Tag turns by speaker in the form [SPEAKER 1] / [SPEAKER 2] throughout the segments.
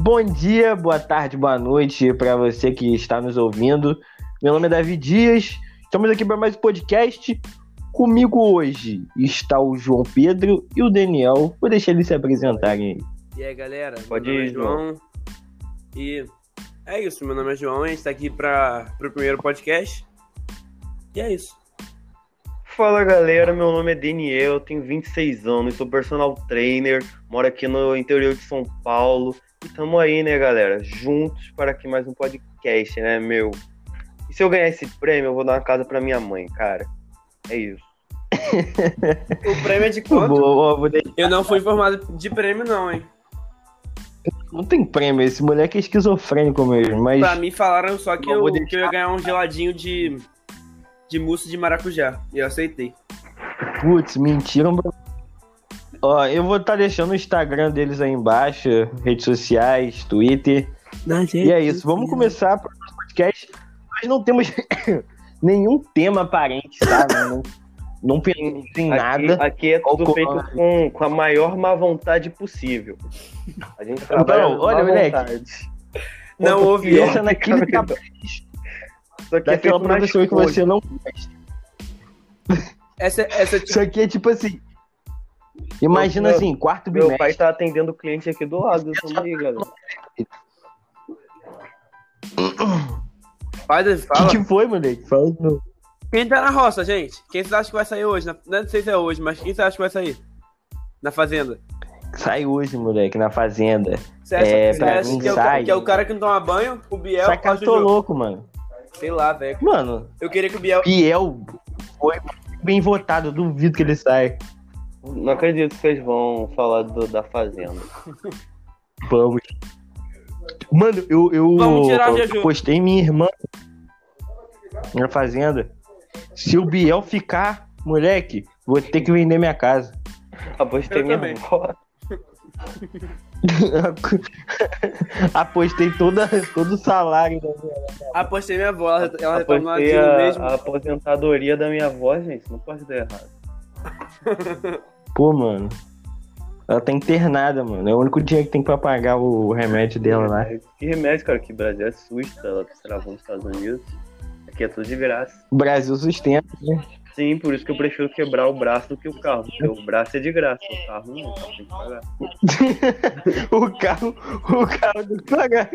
[SPEAKER 1] Bom dia, boa tarde, boa noite para você que está nos ouvindo. Meu nome é Davi Dias, estamos aqui para mais um podcast. Comigo hoje está o João Pedro e o Daniel. Vou deixar eles se apresentarem aí.
[SPEAKER 2] E aí, galera?
[SPEAKER 1] Pode
[SPEAKER 2] meu nome
[SPEAKER 1] ir,
[SPEAKER 2] é João. E é isso, meu nome é João, a gente tá aqui para o primeiro podcast. E é isso.
[SPEAKER 3] Fala galera, meu nome é Daniel, eu tenho 26 anos, sou personal trainer, moro aqui no interior de São Paulo. E tamo aí, né, galera? Juntos para aqui mais um podcast, né, meu? E se eu ganhar esse prêmio, eu vou dar uma casa pra minha mãe, cara. É isso.
[SPEAKER 2] O prêmio é de
[SPEAKER 1] Boa,
[SPEAKER 2] quanto?
[SPEAKER 1] boa, vou deixar-
[SPEAKER 2] Eu não fui informado de prêmio, não, hein?
[SPEAKER 1] Não tem prêmio, esse moleque é esquizofrênico mesmo, mas
[SPEAKER 3] Tá, né?
[SPEAKER 2] Pra mim falaram só que
[SPEAKER 1] Eu
[SPEAKER 2] eu,
[SPEAKER 1] vou
[SPEAKER 2] que eu ia ganhar um geladinho de, de mousse de maracujá. E eu aceitei.
[SPEAKER 1] putz, mentiram. bro. Ó, eu vou estar deixando o Instagram deles aí embaixo, redes sociais, Twitter. E é isso, vamos começar para o nosso podcast. Nós não temos nenhum tema aparente, tá? Não, não pensamos em
[SPEAKER 3] Aqui,
[SPEAKER 1] nada.
[SPEAKER 3] aqui é tudo
[SPEAKER 1] Olha o
[SPEAKER 3] feito
[SPEAKER 1] colar.
[SPEAKER 3] com, com a maior má vontade possível. A gente trabalha
[SPEAKER 1] Então,
[SPEAKER 3] na
[SPEAKER 1] olha,
[SPEAKER 3] má
[SPEAKER 1] moleque.
[SPEAKER 3] vontade. tá
[SPEAKER 2] Não houve.
[SPEAKER 1] E essa é naquele
[SPEAKER 3] Caramba.
[SPEAKER 1] capaz
[SPEAKER 3] Isso aqui é
[SPEAKER 1] daquela
[SPEAKER 3] feito na
[SPEAKER 1] professora que
[SPEAKER 3] escolha.
[SPEAKER 1] você não gosta.
[SPEAKER 2] Essa, essa é tipo
[SPEAKER 1] Isso aqui é tipo assim. Imagina
[SPEAKER 3] Meu-
[SPEAKER 1] assim, quarto
[SPEAKER 3] Meu pai
[SPEAKER 1] bimestre.
[SPEAKER 3] tá atendendo o cliente aqui do lado
[SPEAKER 1] tá
[SPEAKER 3] também, galera.
[SPEAKER 1] O
[SPEAKER 2] Fala, fala.
[SPEAKER 1] que que foi, moleque? Fala. meu.
[SPEAKER 2] Quem tá na roça, gente? Quem vocês acham que vai sair hoje? Na- Não sei se é hoje, mas quem vocês acham que vai sair? Na fazenda.
[SPEAKER 1] Sai hoje, moleque, na fazenda.
[SPEAKER 2] Você acha,
[SPEAKER 1] É,
[SPEAKER 2] você
[SPEAKER 1] pra
[SPEAKER 2] acha
[SPEAKER 1] mim
[SPEAKER 2] que, é o,
[SPEAKER 1] sai.
[SPEAKER 2] que é o cara que não toma banho? O Biel
[SPEAKER 1] Saca,
[SPEAKER 2] faz o
[SPEAKER 1] tô
[SPEAKER 2] jogo.
[SPEAKER 1] louco, mano.
[SPEAKER 2] Sei lá, velho.
[SPEAKER 1] Mano,
[SPEAKER 2] Eu queria que o Biel.
[SPEAKER 1] Biel foi bem votado, eu duvido que ele saia.
[SPEAKER 3] Não acredito que vocês vão falar do- da Fazenda.
[SPEAKER 1] Vamos. Mano, eu, eu,
[SPEAKER 2] Vamos tirar o
[SPEAKER 1] eu
[SPEAKER 2] jejum.
[SPEAKER 1] postei minha irmã na fazenda. Se o Biel ficar, moleque, vou ter que vender minha casa.
[SPEAKER 3] Apostei
[SPEAKER 2] Eu
[SPEAKER 3] minha
[SPEAKER 2] também.
[SPEAKER 3] avó.
[SPEAKER 1] Apostei toda, todo o salário. da minha-
[SPEAKER 2] Apostei minha avó, ela, tá, ela retornou
[SPEAKER 3] Apostei
[SPEAKER 2] aqui
[SPEAKER 3] a,
[SPEAKER 2] mesmo.
[SPEAKER 3] a aposentadoria da minha avó, gente. Não pode dar errado.
[SPEAKER 1] Pô, mano. Ela tá internada, mano. É o único dinheiro que tem pra pagar o remédio dela lá.
[SPEAKER 3] Que remédio, cara, que Brasil assusta. Ela travou nos Estados Unidos. Aqui é tudo de graça.
[SPEAKER 1] O Brasil sustenta, né?
[SPEAKER 3] Sim, por isso que eu prefiro quebrar o braço do que o carro. Porque o braço é de graça. O carro não, o carro tem que pagar.
[SPEAKER 1] O carro, o carro do cara.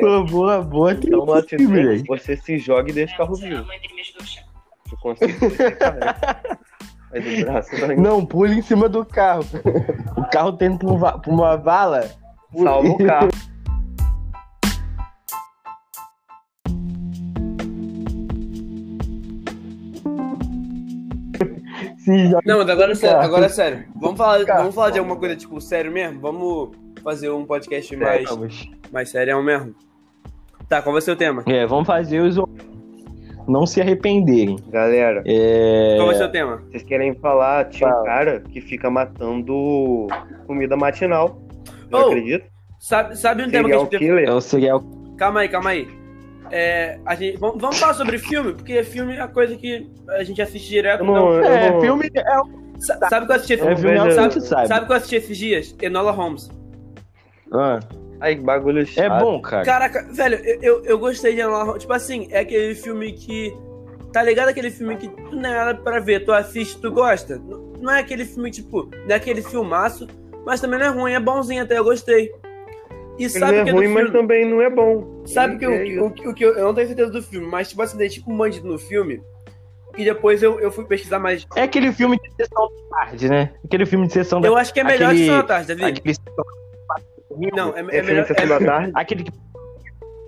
[SPEAKER 1] Pô, boa, boa. que
[SPEAKER 3] É. Então, no
[SPEAKER 1] isso, moleque.
[SPEAKER 3] acidente, você se joga e deixa o carro vivo. Tu consegue fazer, cara. Mas o braço não
[SPEAKER 1] Não, pula em cima do carro. O carro tendo pra um va- pra uma bala. pula.
[SPEAKER 3] salva o carro.
[SPEAKER 1] Se joga.
[SPEAKER 2] Não, mas agora é sério.
[SPEAKER 1] Cara.
[SPEAKER 2] Agora é sério. Vamos falar,
[SPEAKER 1] Cara.
[SPEAKER 2] vamos falar de alguma coisa, tipo, sério mesmo? Vamos fazer um podcast mais,
[SPEAKER 1] Vamos.
[SPEAKER 2] mais sério mesmo? Tá, qual vai ser o tema?
[SPEAKER 1] É, vamos fazer os ouvintes não se arrependerem.
[SPEAKER 3] Galera,
[SPEAKER 2] Qual vai ser o tema?
[SPEAKER 3] vocês querem falar? Tinha um
[SPEAKER 1] Fala.
[SPEAKER 3] cara que fica matando comida matinal.
[SPEAKER 2] Oh,
[SPEAKER 3] Não acredito.
[SPEAKER 2] Sabe, sabe um tema que a
[SPEAKER 3] Serial
[SPEAKER 2] gente
[SPEAKER 1] É
[SPEAKER 3] killer.
[SPEAKER 1] o serial.
[SPEAKER 2] Calma aí, calma aí. É, a gente, vamos, vamos falar sobre filme, porque filme é a coisa que a gente assiste direto.
[SPEAKER 3] Eu
[SPEAKER 2] Então,
[SPEAKER 3] não- eu
[SPEAKER 1] É,
[SPEAKER 3] não-
[SPEAKER 1] filme é, o-
[SPEAKER 2] Sa- sabe o que eu assisti?
[SPEAKER 1] é
[SPEAKER 3] não
[SPEAKER 1] filme
[SPEAKER 3] vejo-
[SPEAKER 1] é o que
[SPEAKER 2] sabe,
[SPEAKER 1] tu sabe.
[SPEAKER 2] sabe o que eu assisti esses dias? Enola Holmes.
[SPEAKER 1] Ah,
[SPEAKER 3] Ai, que bagulho
[SPEAKER 1] é
[SPEAKER 3] chato.
[SPEAKER 1] bom, cara.
[SPEAKER 2] Caraca, velho, eu, eu, eu gostei de Enola Holmes. Tipo assim, é aquele filme que. Tá ligado aquele filme que tu não é nada pra ver, tu assiste, tu gosta. N- Não é aquele filme, tipo, não é aquele filmaço, mas também não é ruim, é bonzinho até, eu gostei. E
[SPEAKER 3] Ele
[SPEAKER 2] sabe o
[SPEAKER 3] não
[SPEAKER 2] que
[SPEAKER 3] é
[SPEAKER 2] do
[SPEAKER 3] ruim, mas
[SPEAKER 2] filme?
[SPEAKER 3] também não é bom.
[SPEAKER 2] Sabe que
[SPEAKER 3] É
[SPEAKER 2] o, o, o que eu, eu não tenho certeza do filme, mas tipo assim, tem tipo um bandido no filme. E depois eu, eu fui pesquisar mais.
[SPEAKER 1] É aquele filme de sessão da tarde, né? Aquele filme de sessão da
[SPEAKER 2] Eu acho que é melhor
[SPEAKER 1] Aquele-
[SPEAKER 2] que Sessão da Tarde, Davi.
[SPEAKER 1] Aquele,
[SPEAKER 2] Não, é, é
[SPEAKER 3] É filme
[SPEAKER 2] melhor.
[SPEAKER 3] de sessão
[SPEAKER 2] É,
[SPEAKER 3] da tarde?
[SPEAKER 1] aquele que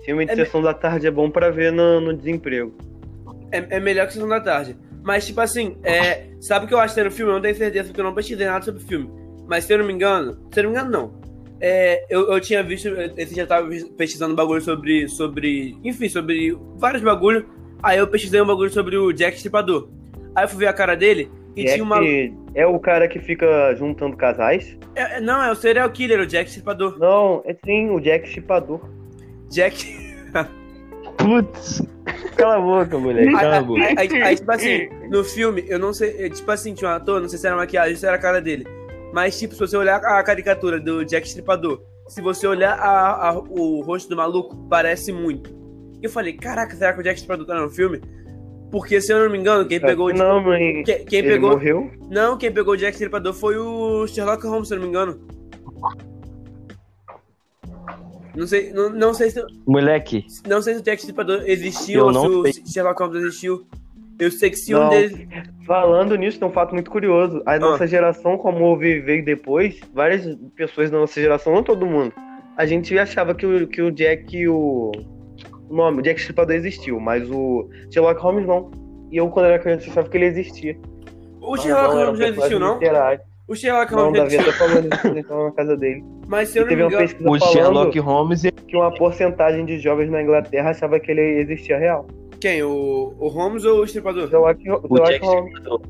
[SPEAKER 3] Filme de
[SPEAKER 2] é-
[SPEAKER 3] sessão da tarde é bom pra ver no, no desemprego.
[SPEAKER 2] é- é melhor que Sessão da Tarde. Mas tipo assim, é, sabe o que eu acho que tem no filme? Eu não tenho certeza porque eu não pesquisei nada sobre o filme. Mas se eu não me engano, se eu não me engano, não. É, eu, eu tinha visto, esse já tava pesquisando bagulho sobre, sobre. Enfim, sobre vários bagulhos. Aí eu pesquisei um bagulho sobre o Jack Stripador. Aí eu fui ver a cara dele e
[SPEAKER 3] E
[SPEAKER 2] tinha
[SPEAKER 3] é,
[SPEAKER 2] uma.
[SPEAKER 3] que- é o cara que fica juntando casais?
[SPEAKER 2] É- é- não, é o serial killer, o Jack Stripador.
[SPEAKER 3] Não, é sim, o Jack Chipador.
[SPEAKER 2] Jack.
[SPEAKER 1] Putz. Cala a boca, moleque.
[SPEAKER 2] Aí,
[SPEAKER 1] Cala a boca.
[SPEAKER 2] aí- aí- aí, tipo assim, no filme, eu não sei. é, Tipo assim, tinha um ator, não sei se era maquiagem, se era a cara dele. Mas, tipo, se você olhar a caricatura do Jack Stripador, se você olhar a- a- o rosto do maluco, parece muito. Eu falei, caraca, será que o Jack Sparrow tá no filme? Porque, se eu não me engano, quem pegou... o-
[SPEAKER 3] É, Não, mãe.
[SPEAKER 2] que- quem
[SPEAKER 3] Ele
[SPEAKER 2] pegou...
[SPEAKER 3] morreu?
[SPEAKER 2] Não, quem pegou o Jack Stripador foi o Sherlock Holmes, se eu não me engano. Não sei, não, não sei, se,
[SPEAKER 1] Moleque,
[SPEAKER 2] não sei se o Jack Stripador existiu
[SPEAKER 1] Eu
[SPEAKER 2] ou
[SPEAKER 1] não
[SPEAKER 2] se
[SPEAKER 1] sei.
[SPEAKER 2] o Sherlock Holmes existiu. Eu sei que se um
[SPEAKER 3] Não.
[SPEAKER 2] deles.
[SPEAKER 3] Falando nisso, tem um fato muito curioso.
[SPEAKER 2] Ah.
[SPEAKER 3] A nossa geração, como houve- veio depois, várias pessoas da nossa geração, não todo mundo, a gente achava que o, que o Jack e o. O nome, o Jack Stripador existiu, mas o Sherlock Holmes não. E eu, quando era criança, achava que ele existia.
[SPEAKER 2] O Sherlock
[SPEAKER 3] era um
[SPEAKER 2] Holmes já
[SPEAKER 3] personagem
[SPEAKER 2] existiu, não?
[SPEAKER 3] literário.
[SPEAKER 2] O Sherlock
[SPEAKER 3] Não,
[SPEAKER 2] Holmes já
[SPEAKER 3] Davi
[SPEAKER 2] existiu.
[SPEAKER 3] até falou nisso, ele tava na casa dele.
[SPEAKER 2] Mas se
[SPEAKER 3] E
[SPEAKER 2] eu não
[SPEAKER 3] teve um
[SPEAKER 2] me
[SPEAKER 3] uma
[SPEAKER 2] engano.
[SPEAKER 3] pesquisa
[SPEAKER 1] o
[SPEAKER 3] falando
[SPEAKER 1] Sherlock Holmes e
[SPEAKER 3] que uma porcentagem de jovens na Inglaterra achava que ele existia real.
[SPEAKER 2] Quem? O, o Holmes ou o Stripador?
[SPEAKER 3] Sherlock,
[SPEAKER 1] o
[SPEAKER 3] Sherlock
[SPEAKER 1] Jack
[SPEAKER 3] Holmes.
[SPEAKER 1] Stripador.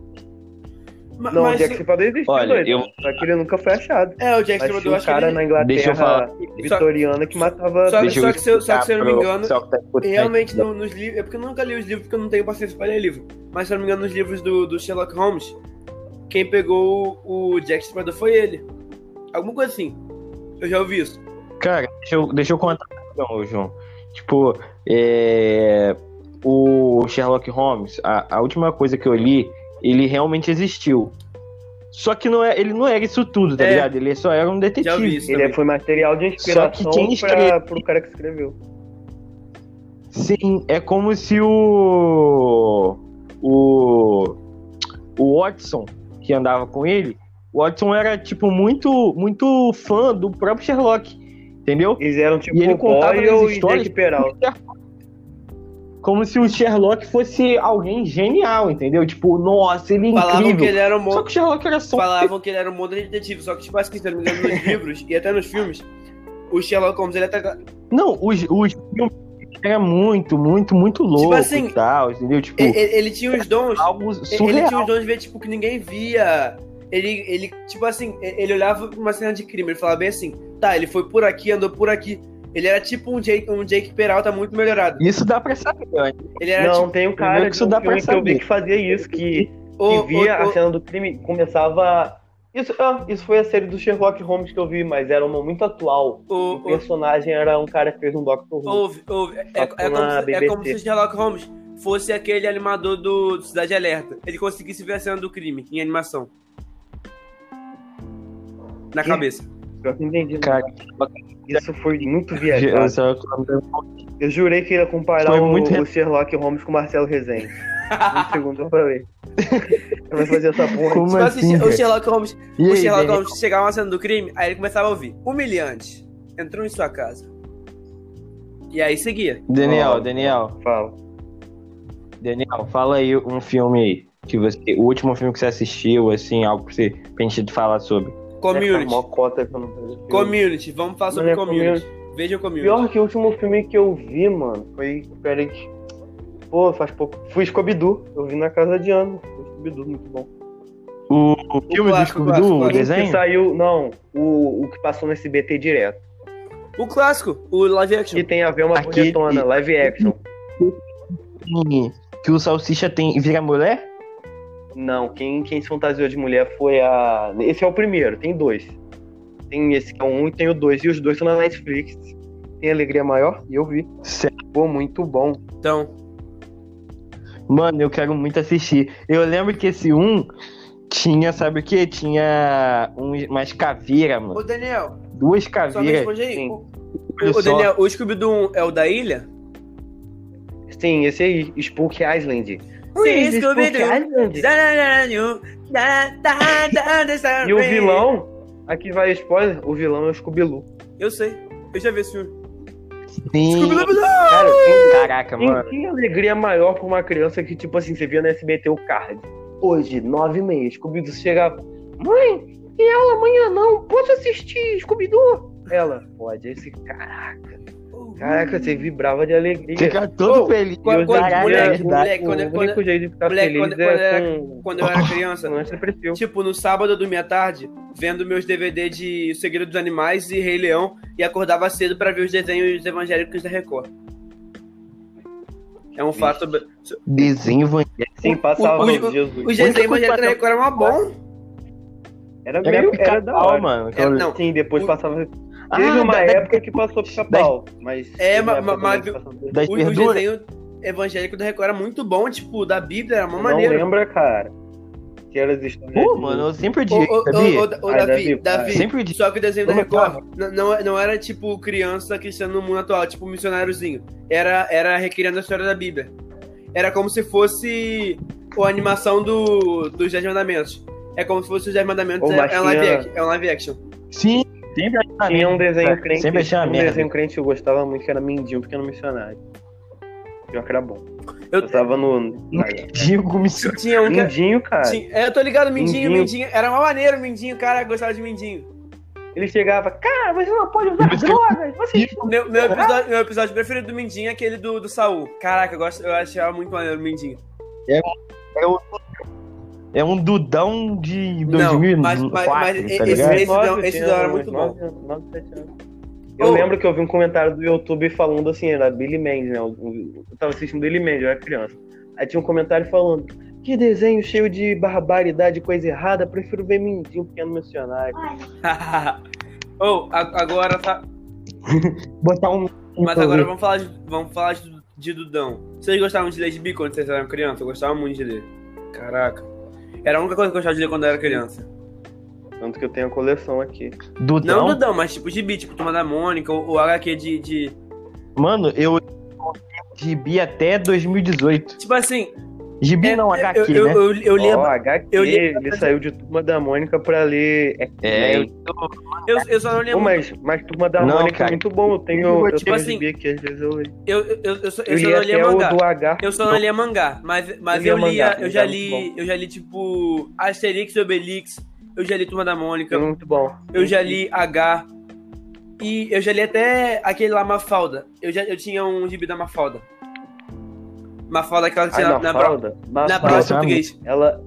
[SPEAKER 2] Ma-
[SPEAKER 3] Não, o
[SPEAKER 2] mas,
[SPEAKER 3] Jack Stripador existiu,
[SPEAKER 1] Olha,
[SPEAKER 3] doido.
[SPEAKER 1] eu-
[SPEAKER 3] Só que ele nunca foi achado.
[SPEAKER 2] é, o Jack
[SPEAKER 3] Mas
[SPEAKER 2] Stripador,
[SPEAKER 3] tinha um
[SPEAKER 2] acho que
[SPEAKER 3] cara
[SPEAKER 2] ele, é
[SPEAKER 3] na Inglaterra...
[SPEAKER 1] Deixa eu falar.
[SPEAKER 3] vitoriana que matava.
[SPEAKER 2] Só-
[SPEAKER 1] Deixa
[SPEAKER 2] que se eu- só que se eu não me
[SPEAKER 1] explicar pro
[SPEAKER 2] engano,
[SPEAKER 1] pessoal que tá escutando.
[SPEAKER 2] Realmente, no- nos livros. É porque eu nunca li os livros, porque eu não tenho paciência para ler livro. Mas, se eu não me engano, nos livros do, do Sherlock Holmes, quem pegou o, o Jack Stripador foi ele. Alguma coisa assim. Eu já ouvi isso.
[SPEAKER 1] Cara, deixa eu, deixa eu contar, então, João. Tipo, é, o Sherlock Holmes, a, a última coisa que eu li, ele realmente existiu. Só que não é, ele não era isso tudo, tá
[SPEAKER 2] É.
[SPEAKER 1] ligado? Ele só era um
[SPEAKER 2] Já ouvi
[SPEAKER 1] detetive.
[SPEAKER 2] isso.
[SPEAKER 3] Ele
[SPEAKER 2] também.
[SPEAKER 3] foi material de inspiração
[SPEAKER 1] Só que quem
[SPEAKER 3] pra,
[SPEAKER 1] escreve-
[SPEAKER 3] pro cara que escreveu.
[SPEAKER 1] Sim, é como se o. O. O Watson, que andava com ele, o Watson era, tipo, muito, muito fã do próprio Sherlock. Entendeu?
[SPEAKER 3] Eles eram tipo
[SPEAKER 1] E ele contava as
[SPEAKER 3] Boyle e
[SPEAKER 1] histórias-
[SPEAKER 3] Jack Peral.
[SPEAKER 2] Então.
[SPEAKER 1] Como se o Sherlock fosse alguém genial, entendeu? Tipo, nossa, ele é
[SPEAKER 2] Falavam que
[SPEAKER 1] incrível.
[SPEAKER 2] ele era um
[SPEAKER 1] Só
[SPEAKER 2] bom.
[SPEAKER 1] que o Sherlock era só.
[SPEAKER 2] Falavam que ele era um bom detetive. Só que, tipo assim, se eu não me engano, nos livros e até nos filmes, o Sherlock Holmes, ele até.
[SPEAKER 1] Não, os, os filmes era muito, muito, muito louco
[SPEAKER 2] assim,
[SPEAKER 1] e tal, entendeu? Tipo,
[SPEAKER 2] Ele, ele tinha os dons.
[SPEAKER 1] algo
[SPEAKER 2] Ele
[SPEAKER 1] surreal.
[SPEAKER 2] tinha os dons de ver, tipo, que ninguém via. Ele, ele, tipo assim, ele olhava pra uma cena de crime, ele falava bem assim, tá, ele foi por aqui, andou por aqui. Ele era tipo um Jake, um Jake Peralta muito melhorado.
[SPEAKER 1] Isso dá pra saber, né?
[SPEAKER 2] Ele era
[SPEAKER 3] não,
[SPEAKER 2] tipo.
[SPEAKER 3] tem um cara
[SPEAKER 1] que isso
[SPEAKER 3] de um
[SPEAKER 1] dá pra
[SPEAKER 3] filme que eu vi
[SPEAKER 1] saber.
[SPEAKER 3] que fazia isso, que, que
[SPEAKER 2] o-
[SPEAKER 3] via
[SPEAKER 2] o-
[SPEAKER 3] a cena do crime, começava... Isso, ah, isso foi a série do Sherlock Holmes que eu vi, mas era uma muito atual.
[SPEAKER 2] o-
[SPEAKER 3] O
[SPEAKER 2] o- o-
[SPEAKER 3] personagem era um cara que fez um Doctor Who.
[SPEAKER 2] ouve, ouve. É, é
[SPEAKER 3] Passou
[SPEAKER 2] como
[SPEAKER 3] na
[SPEAKER 2] se, é como
[SPEAKER 3] BBC.
[SPEAKER 2] se o Sherlock Holmes fosse aquele animador do, do Cidade Alerta. Ele conseguisse ver a cena do crime em animação. Na
[SPEAKER 3] Que?
[SPEAKER 2] cabeça.
[SPEAKER 3] Eu não entendi. né?
[SPEAKER 1] Cara, é
[SPEAKER 3] Isso foi muito
[SPEAKER 2] É,
[SPEAKER 1] o
[SPEAKER 3] viajado.
[SPEAKER 1] Sherlock Holmes era
[SPEAKER 3] Eu jurei que ia comparar
[SPEAKER 1] Foi
[SPEAKER 3] o,
[SPEAKER 1] muito-
[SPEAKER 3] o Sherlock Holmes com o Marcelo Rezende. Um segundo eu falei. Eu vou fazer essa porra.
[SPEAKER 1] Como
[SPEAKER 2] Tipo assim,
[SPEAKER 1] assim,
[SPEAKER 2] o
[SPEAKER 1] velho?
[SPEAKER 2] Sherlock Holmes
[SPEAKER 1] E
[SPEAKER 2] o
[SPEAKER 1] aí,
[SPEAKER 2] Sherlock
[SPEAKER 1] Denis?
[SPEAKER 2] Holmes chegava na cena do crime, aí ele começava a ouvir. Humilhante. Entrou em sua casa. E aí seguia.
[SPEAKER 1] Daniel,
[SPEAKER 3] Ó.
[SPEAKER 1] Daniel,
[SPEAKER 3] Fala.
[SPEAKER 1] Daniel, fala aí um filme aí. Que você, o último filme que você assistiu, assim, algo pra, você, pra gente falar sobre.
[SPEAKER 3] Essa
[SPEAKER 2] Community.
[SPEAKER 3] mó cota que eu não é vejo filme.
[SPEAKER 2] Community. Vamos falar sobre
[SPEAKER 3] Mas é
[SPEAKER 2] community. Veja o community.
[SPEAKER 3] Pior que o último filme que eu vi, mano, foi. Peraí. que- Pô, faz pouco. Fui Scooby-Doo. Eu vi na casa de Ana. Fui Scooby-Doo, muito bom.
[SPEAKER 1] O, o filme do
[SPEAKER 2] clássico,
[SPEAKER 1] Scooby-Doo,
[SPEAKER 2] clássico,
[SPEAKER 1] o
[SPEAKER 3] O que
[SPEAKER 1] desenho?
[SPEAKER 3] saiu. Não, o, o que passou no SBT direto.
[SPEAKER 2] O clássico, o live action.
[SPEAKER 3] Que tem a ver uma
[SPEAKER 1] Aquele-
[SPEAKER 3] bonitona, live action.
[SPEAKER 1] Que o Salsicha tem vira mulher?
[SPEAKER 3] Não, quem, quem se fantasiou de mulher foi a. Esse é o primeiro, tem dois. Tem esse que é um e tem o dois. E os dois são na Netflix. Tem Alegria Maior? E eu vi.
[SPEAKER 1] Sério?
[SPEAKER 3] Pô, muito bom.
[SPEAKER 2] Então,
[SPEAKER 1] Mano, eu quero muito assistir. Eu lembro que esse um tinha, sabe o quê? Tinha um, umas caveiras,
[SPEAKER 2] ô
[SPEAKER 1] mano.
[SPEAKER 2] Daniel,
[SPEAKER 1] Duas
[SPEAKER 2] só me
[SPEAKER 1] caveiras.
[SPEAKER 2] responde aí.
[SPEAKER 3] sim.
[SPEAKER 2] O,
[SPEAKER 1] Olha
[SPEAKER 2] o
[SPEAKER 1] só.
[SPEAKER 2] Daniel, o Scooby-Doo é o da ilha?
[SPEAKER 3] Sim, esse aí, Spook Island.
[SPEAKER 2] Sim,
[SPEAKER 3] Sim,
[SPEAKER 2] Scooby-Doo.
[SPEAKER 3] Island. E o vilão, aqui vai spoiler, o vilão é o Scooby-Loo.
[SPEAKER 2] Eu sei. Eu já vi esse filme.
[SPEAKER 1] Sim.
[SPEAKER 2] Scooby-Doo!
[SPEAKER 3] Cara, tem,
[SPEAKER 1] Caraca,
[SPEAKER 3] tem-
[SPEAKER 1] mano.
[SPEAKER 3] tem alegria maior pra uma criança que, tipo assim, você via no SBT o card. Hoje, nove e meia, Scooby-Doo chega... Mãe, tem aula amanhã não, posso assistir Scooby-Doo? Ela, pode. Esse caraca. Caraca, você vibrava de alegria.
[SPEAKER 1] Fica todo
[SPEAKER 2] Ô,
[SPEAKER 1] feliz. é
[SPEAKER 3] E hoje
[SPEAKER 2] quando-
[SPEAKER 3] em dia,
[SPEAKER 2] moleque,
[SPEAKER 3] o-
[SPEAKER 2] moleque,
[SPEAKER 3] o
[SPEAKER 2] quando-
[SPEAKER 3] único
[SPEAKER 2] quando-
[SPEAKER 3] jeito de ficar
[SPEAKER 2] moleque,
[SPEAKER 3] feliz
[SPEAKER 2] quando- quando
[SPEAKER 3] é
[SPEAKER 2] era-
[SPEAKER 3] com...
[SPEAKER 2] Uhum. Quando eu era criança,
[SPEAKER 3] com antidepressivo.
[SPEAKER 2] Tipo, no sábado eu dormia tarde, vendo meus DVD de O Segredo dos Animais e Rei Leão, e acordava cedo pra ver os desenhos evangélicos da Record. É um fato. sobre-
[SPEAKER 1] Desenho evangélico.
[SPEAKER 3] Sim, passava
[SPEAKER 2] o-
[SPEAKER 3] no Jesus.
[SPEAKER 2] Os
[SPEAKER 1] Muita
[SPEAKER 2] desenhos
[SPEAKER 1] coisa
[SPEAKER 2] evangélicos da
[SPEAKER 1] pra-
[SPEAKER 2] Record eram uma bom.
[SPEAKER 3] Era
[SPEAKER 1] Era
[SPEAKER 3] meio... Era da
[SPEAKER 1] pica-pau,
[SPEAKER 3] hora.
[SPEAKER 1] mano.
[SPEAKER 2] É, não.
[SPEAKER 3] Sim, depois
[SPEAKER 2] O-
[SPEAKER 3] passava Teve
[SPEAKER 1] Ah,
[SPEAKER 3] uma
[SPEAKER 1] da- da-
[SPEAKER 3] época que passou pica-pau, mas.
[SPEAKER 2] É,
[SPEAKER 3] teve uma
[SPEAKER 2] ma- ma-
[SPEAKER 3] época também que passou-
[SPEAKER 1] Das
[SPEAKER 2] O, o
[SPEAKER 1] verduras.
[SPEAKER 2] desenho evangélico da Record era muito bom, tipo, da Bíblia era uma
[SPEAKER 3] Não
[SPEAKER 2] maneira.
[SPEAKER 3] lembra, cara? Que era as histórias.
[SPEAKER 1] Pô,
[SPEAKER 3] de-
[SPEAKER 1] mano, eu sempre
[SPEAKER 2] Ô,
[SPEAKER 1] odiei,
[SPEAKER 2] ô,
[SPEAKER 1] sabia?
[SPEAKER 2] ô, ô, ô,
[SPEAKER 3] Ah,
[SPEAKER 2] Davi,
[SPEAKER 3] Davi,
[SPEAKER 2] Davi,
[SPEAKER 3] ah,
[SPEAKER 1] sempre odiei.
[SPEAKER 2] só que o desenho da
[SPEAKER 1] Ô, meu
[SPEAKER 2] Record n- não, não era tipo criança cristã no mundo atual, tipo missionáriozinho. Era, era recriando a história da Bíblia. Era como se fosse a animação do, dos Dez Mandamentos. É como se fosse os Dez Mandamentos,
[SPEAKER 3] Ô,
[SPEAKER 2] é,
[SPEAKER 3] mas
[SPEAKER 2] é, um live
[SPEAKER 3] tinha-
[SPEAKER 2] action, é um live action.
[SPEAKER 1] Sim, sempre achei uma
[SPEAKER 3] Tinha um desenho
[SPEAKER 1] merda.
[SPEAKER 3] crente.
[SPEAKER 1] Sempre achei uma
[SPEAKER 3] tinha um
[SPEAKER 1] merda.
[SPEAKER 3] desenho crente que eu gostava muito, que era Mindinho, porque era um missionário. Pior que era bom.
[SPEAKER 2] Eu,
[SPEAKER 3] Eu tava no.
[SPEAKER 1] Digo, me sinto-
[SPEAKER 2] tinha um cara.
[SPEAKER 3] Mindinho, cara.
[SPEAKER 2] tinha- é, eu tô ligado, Mindinho, Mindinho.
[SPEAKER 3] Mindinho.
[SPEAKER 2] Era uma maneira, Mindinho, cara, eu gostava de Mindinho.
[SPEAKER 3] Ele chegava, cara, você não pode usar drogas, você
[SPEAKER 2] Meu, meu, episódio, meu episódio preferido do Mindinho é aquele do, do Saul. Caraca, eu, gosto, eu achava muito maneiro o Mindinho.
[SPEAKER 1] É um Dudão de
[SPEAKER 2] Não, mas-
[SPEAKER 1] 2004,
[SPEAKER 2] mas- mas
[SPEAKER 1] tá
[SPEAKER 2] esse-
[SPEAKER 1] ligado?
[SPEAKER 2] esse- não, esse não era muito
[SPEAKER 3] Eu
[SPEAKER 2] Ô.
[SPEAKER 3] lembro que eu vi um comentário do YouTube falando assim, era Billy Mendes, né? Eu, eu tava assistindo Billy Mendes, eu era criança. Aí tinha um comentário falando, que desenho cheio de barbaridade, coisa errada, prefiro ver Mindinho, pequeno missionário.
[SPEAKER 2] Ou, a- agora tá.
[SPEAKER 1] Botar um...
[SPEAKER 2] Mas agora vamos falar de, vamos falar de, de Dudão. Vocês gostavam de ler gibi quando vocês eram criança? Eu gostava muito de ler. Caraca. Era a única coisa que eu gostava de ler quando eu era criança.
[SPEAKER 3] Tanto que eu tenho a coleção aqui.
[SPEAKER 2] Não,
[SPEAKER 1] Dudão?
[SPEAKER 2] Dudão, mas tipo gibi, tipo Turma da Mônica ou, ou HQ de, de.
[SPEAKER 1] Mano, eu gibi até 2018.
[SPEAKER 2] Tipo assim.
[SPEAKER 1] Gibi
[SPEAKER 2] é-
[SPEAKER 1] não,
[SPEAKER 2] eu-
[SPEAKER 1] HQ,
[SPEAKER 2] eu,
[SPEAKER 1] né?
[SPEAKER 2] eu, eu lia.
[SPEAKER 3] Ó, HQ,
[SPEAKER 2] eu li-
[SPEAKER 3] ele saiu de Turma da Mônica pra ler...
[SPEAKER 1] É,
[SPEAKER 3] X-Men.
[SPEAKER 2] Eu, eu só não
[SPEAKER 3] Pô,
[SPEAKER 2] lembro.
[SPEAKER 3] mas, mas Turma da
[SPEAKER 1] Não,
[SPEAKER 3] Mônica
[SPEAKER 1] cara.
[SPEAKER 3] é muito bom, eu tenho,
[SPEAKER 1] Eu vou
[SPEAKER 3] eu
[SPEAKER 1] te-
[SPEAKER 3] tenho
[SPEAKER 2] Tipo
[SPEAKER 3] gibi aqui, às vezes eu leio.
[SPEAKER 2] Eu, eu, eu, eu, só- eu
[SPEAKER 3] Eu
[SPEAKER 2] só
[SPEAKER 3] li
[SPEAKER 2] não
[SPEAKER 3] até
[SPEAKER 2] lia
[SPEAKER 3] o
[SPEAKER 2] mangá.
[SPEAKER 3] do H. então,
[SPEAKER 2] Eu só não lia mangá, mas, mas eu,
[SPEAKER 3] Eu lia
[SPEAKER 2] lia,
[SPEAKER 3] mangá,
[SPEAKER 2] eu já
[SPEAKER 3] mangá é
[SPEAKER 2] li,
[SPEAKER 3] muito
[SPEAKER 2] eu já li tipo Asterix e Obelix, eu já li Turma da Mônica,
[SPEAKER 3] É muito bom.
[SPEAKER 2] Eu já li H. E eu já li até aquele lá, Mafalda. Eu, já, eu tinha um gibi da Mafalda. Mafalda, aquela que
[SPEAKER 3] Ai,
[SPEAKER 2] tinha na,
[SPEAKER 3] na,
[SPEAKER 2] na, bro-
[SPEAKER 3] fralda? Na,
[SPEAKER 2] na
[SPEAKER 3] fralda,
[SPEAKER 2] brocha em português.
[SPEAKER 3] Ela.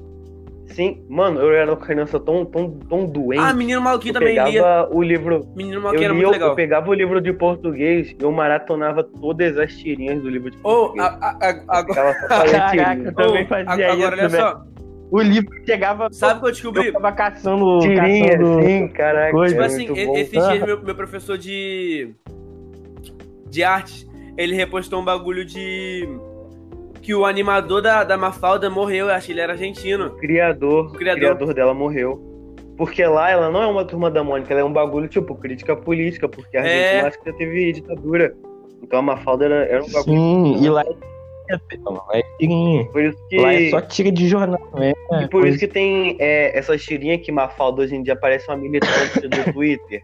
[SPEAKER 3] Sim, mano, eu era uma criança tão, tão, tão doente.
[SPEAKER 2] Ah, Menino Maluquinho
[SPEAKER 3] eu
[SPEAKER 2] também
[SPEAKER 3] pegava
[SPEAKER 2] lia.
[SPEAKER 3] o livro.
[SPEAKER 2] Menino
[SPEAKER 3] Eu,
[SPEAKER 2] Maluquinho era
[SPEAKER 3] lia-
[SPEAKER 2] muito
[SPEAKER 3] eu
[SPEAKER 2] legal.
[SPEAKER 3] pegava o livro de português e eu maratonava todas as tirinhas do livro de
[SPEAKER 2] Ou,
[SPEAKER 3] português.
[SPEAKER 2] a- a- a- agora,
[SPEAKER 3] Ficava só fazendo
[SPEAKER 1] Caraca,
[SPEAKER 3] tirinha.
[SPEAKER 1] eu também
[SPEAKER 2] ou,
[SPEAKER 1] fazia
[SPEAKER 2] agora
[SPEAKER 1] isso,
[SPEAKER 2] olha
[SPEAKER 1] velho.
[SPEAKER 2] só.
[SPEAKER 1] O livro chegava...
[SPEAKER 2] Sabe o que eu
[SPEAKER 1] Eu
[SPEAKER 2] descobri?
[SPEAKER 1] tava caçando...
[SPEAKER 3] Tirinha,
[SPEAKER 1] caçando...
[SPEAKER 3] sim, caraca.
[SPEAKER 1] tá coisa.
[SPEAKER 2] Tipo
[SPEAKER 3] é
[SPEAKER 2] assim,
[SPEAKER 3] muito
[SPEAKER 2] e-
[SPEAKER 3] bom.
[SPEAKER 2] esses dias meu, meu professor de. de artes, ele repostou um bagulho de. que o animador da, da Mafalda morreu, eu acho que ele era argentino.
[SPEAKER 3] O criador, o
[SPEAKER 2] criador.
[SPEAKER 3] criador. dela morreu. Porque lá ela não é uma turma da Mônica, ela é um bagulho tipo crítica política, porque
[SPEAKER 2] É.
[SPEAKER 3] a Argentina acho que já teve ditadura. Então a Mafalda era, era um bagulho.
[SPEAKER 1] Sim, e lá... É tirinha.
[SPEAKER 3] Por isso que.
[SPEAKER 1] Lá é só tira de jornal, né?
[SPEAKER 3] E por isso que tem é, essas tirinhas que Mafalda hoje em dia parece uma militante do Twitter.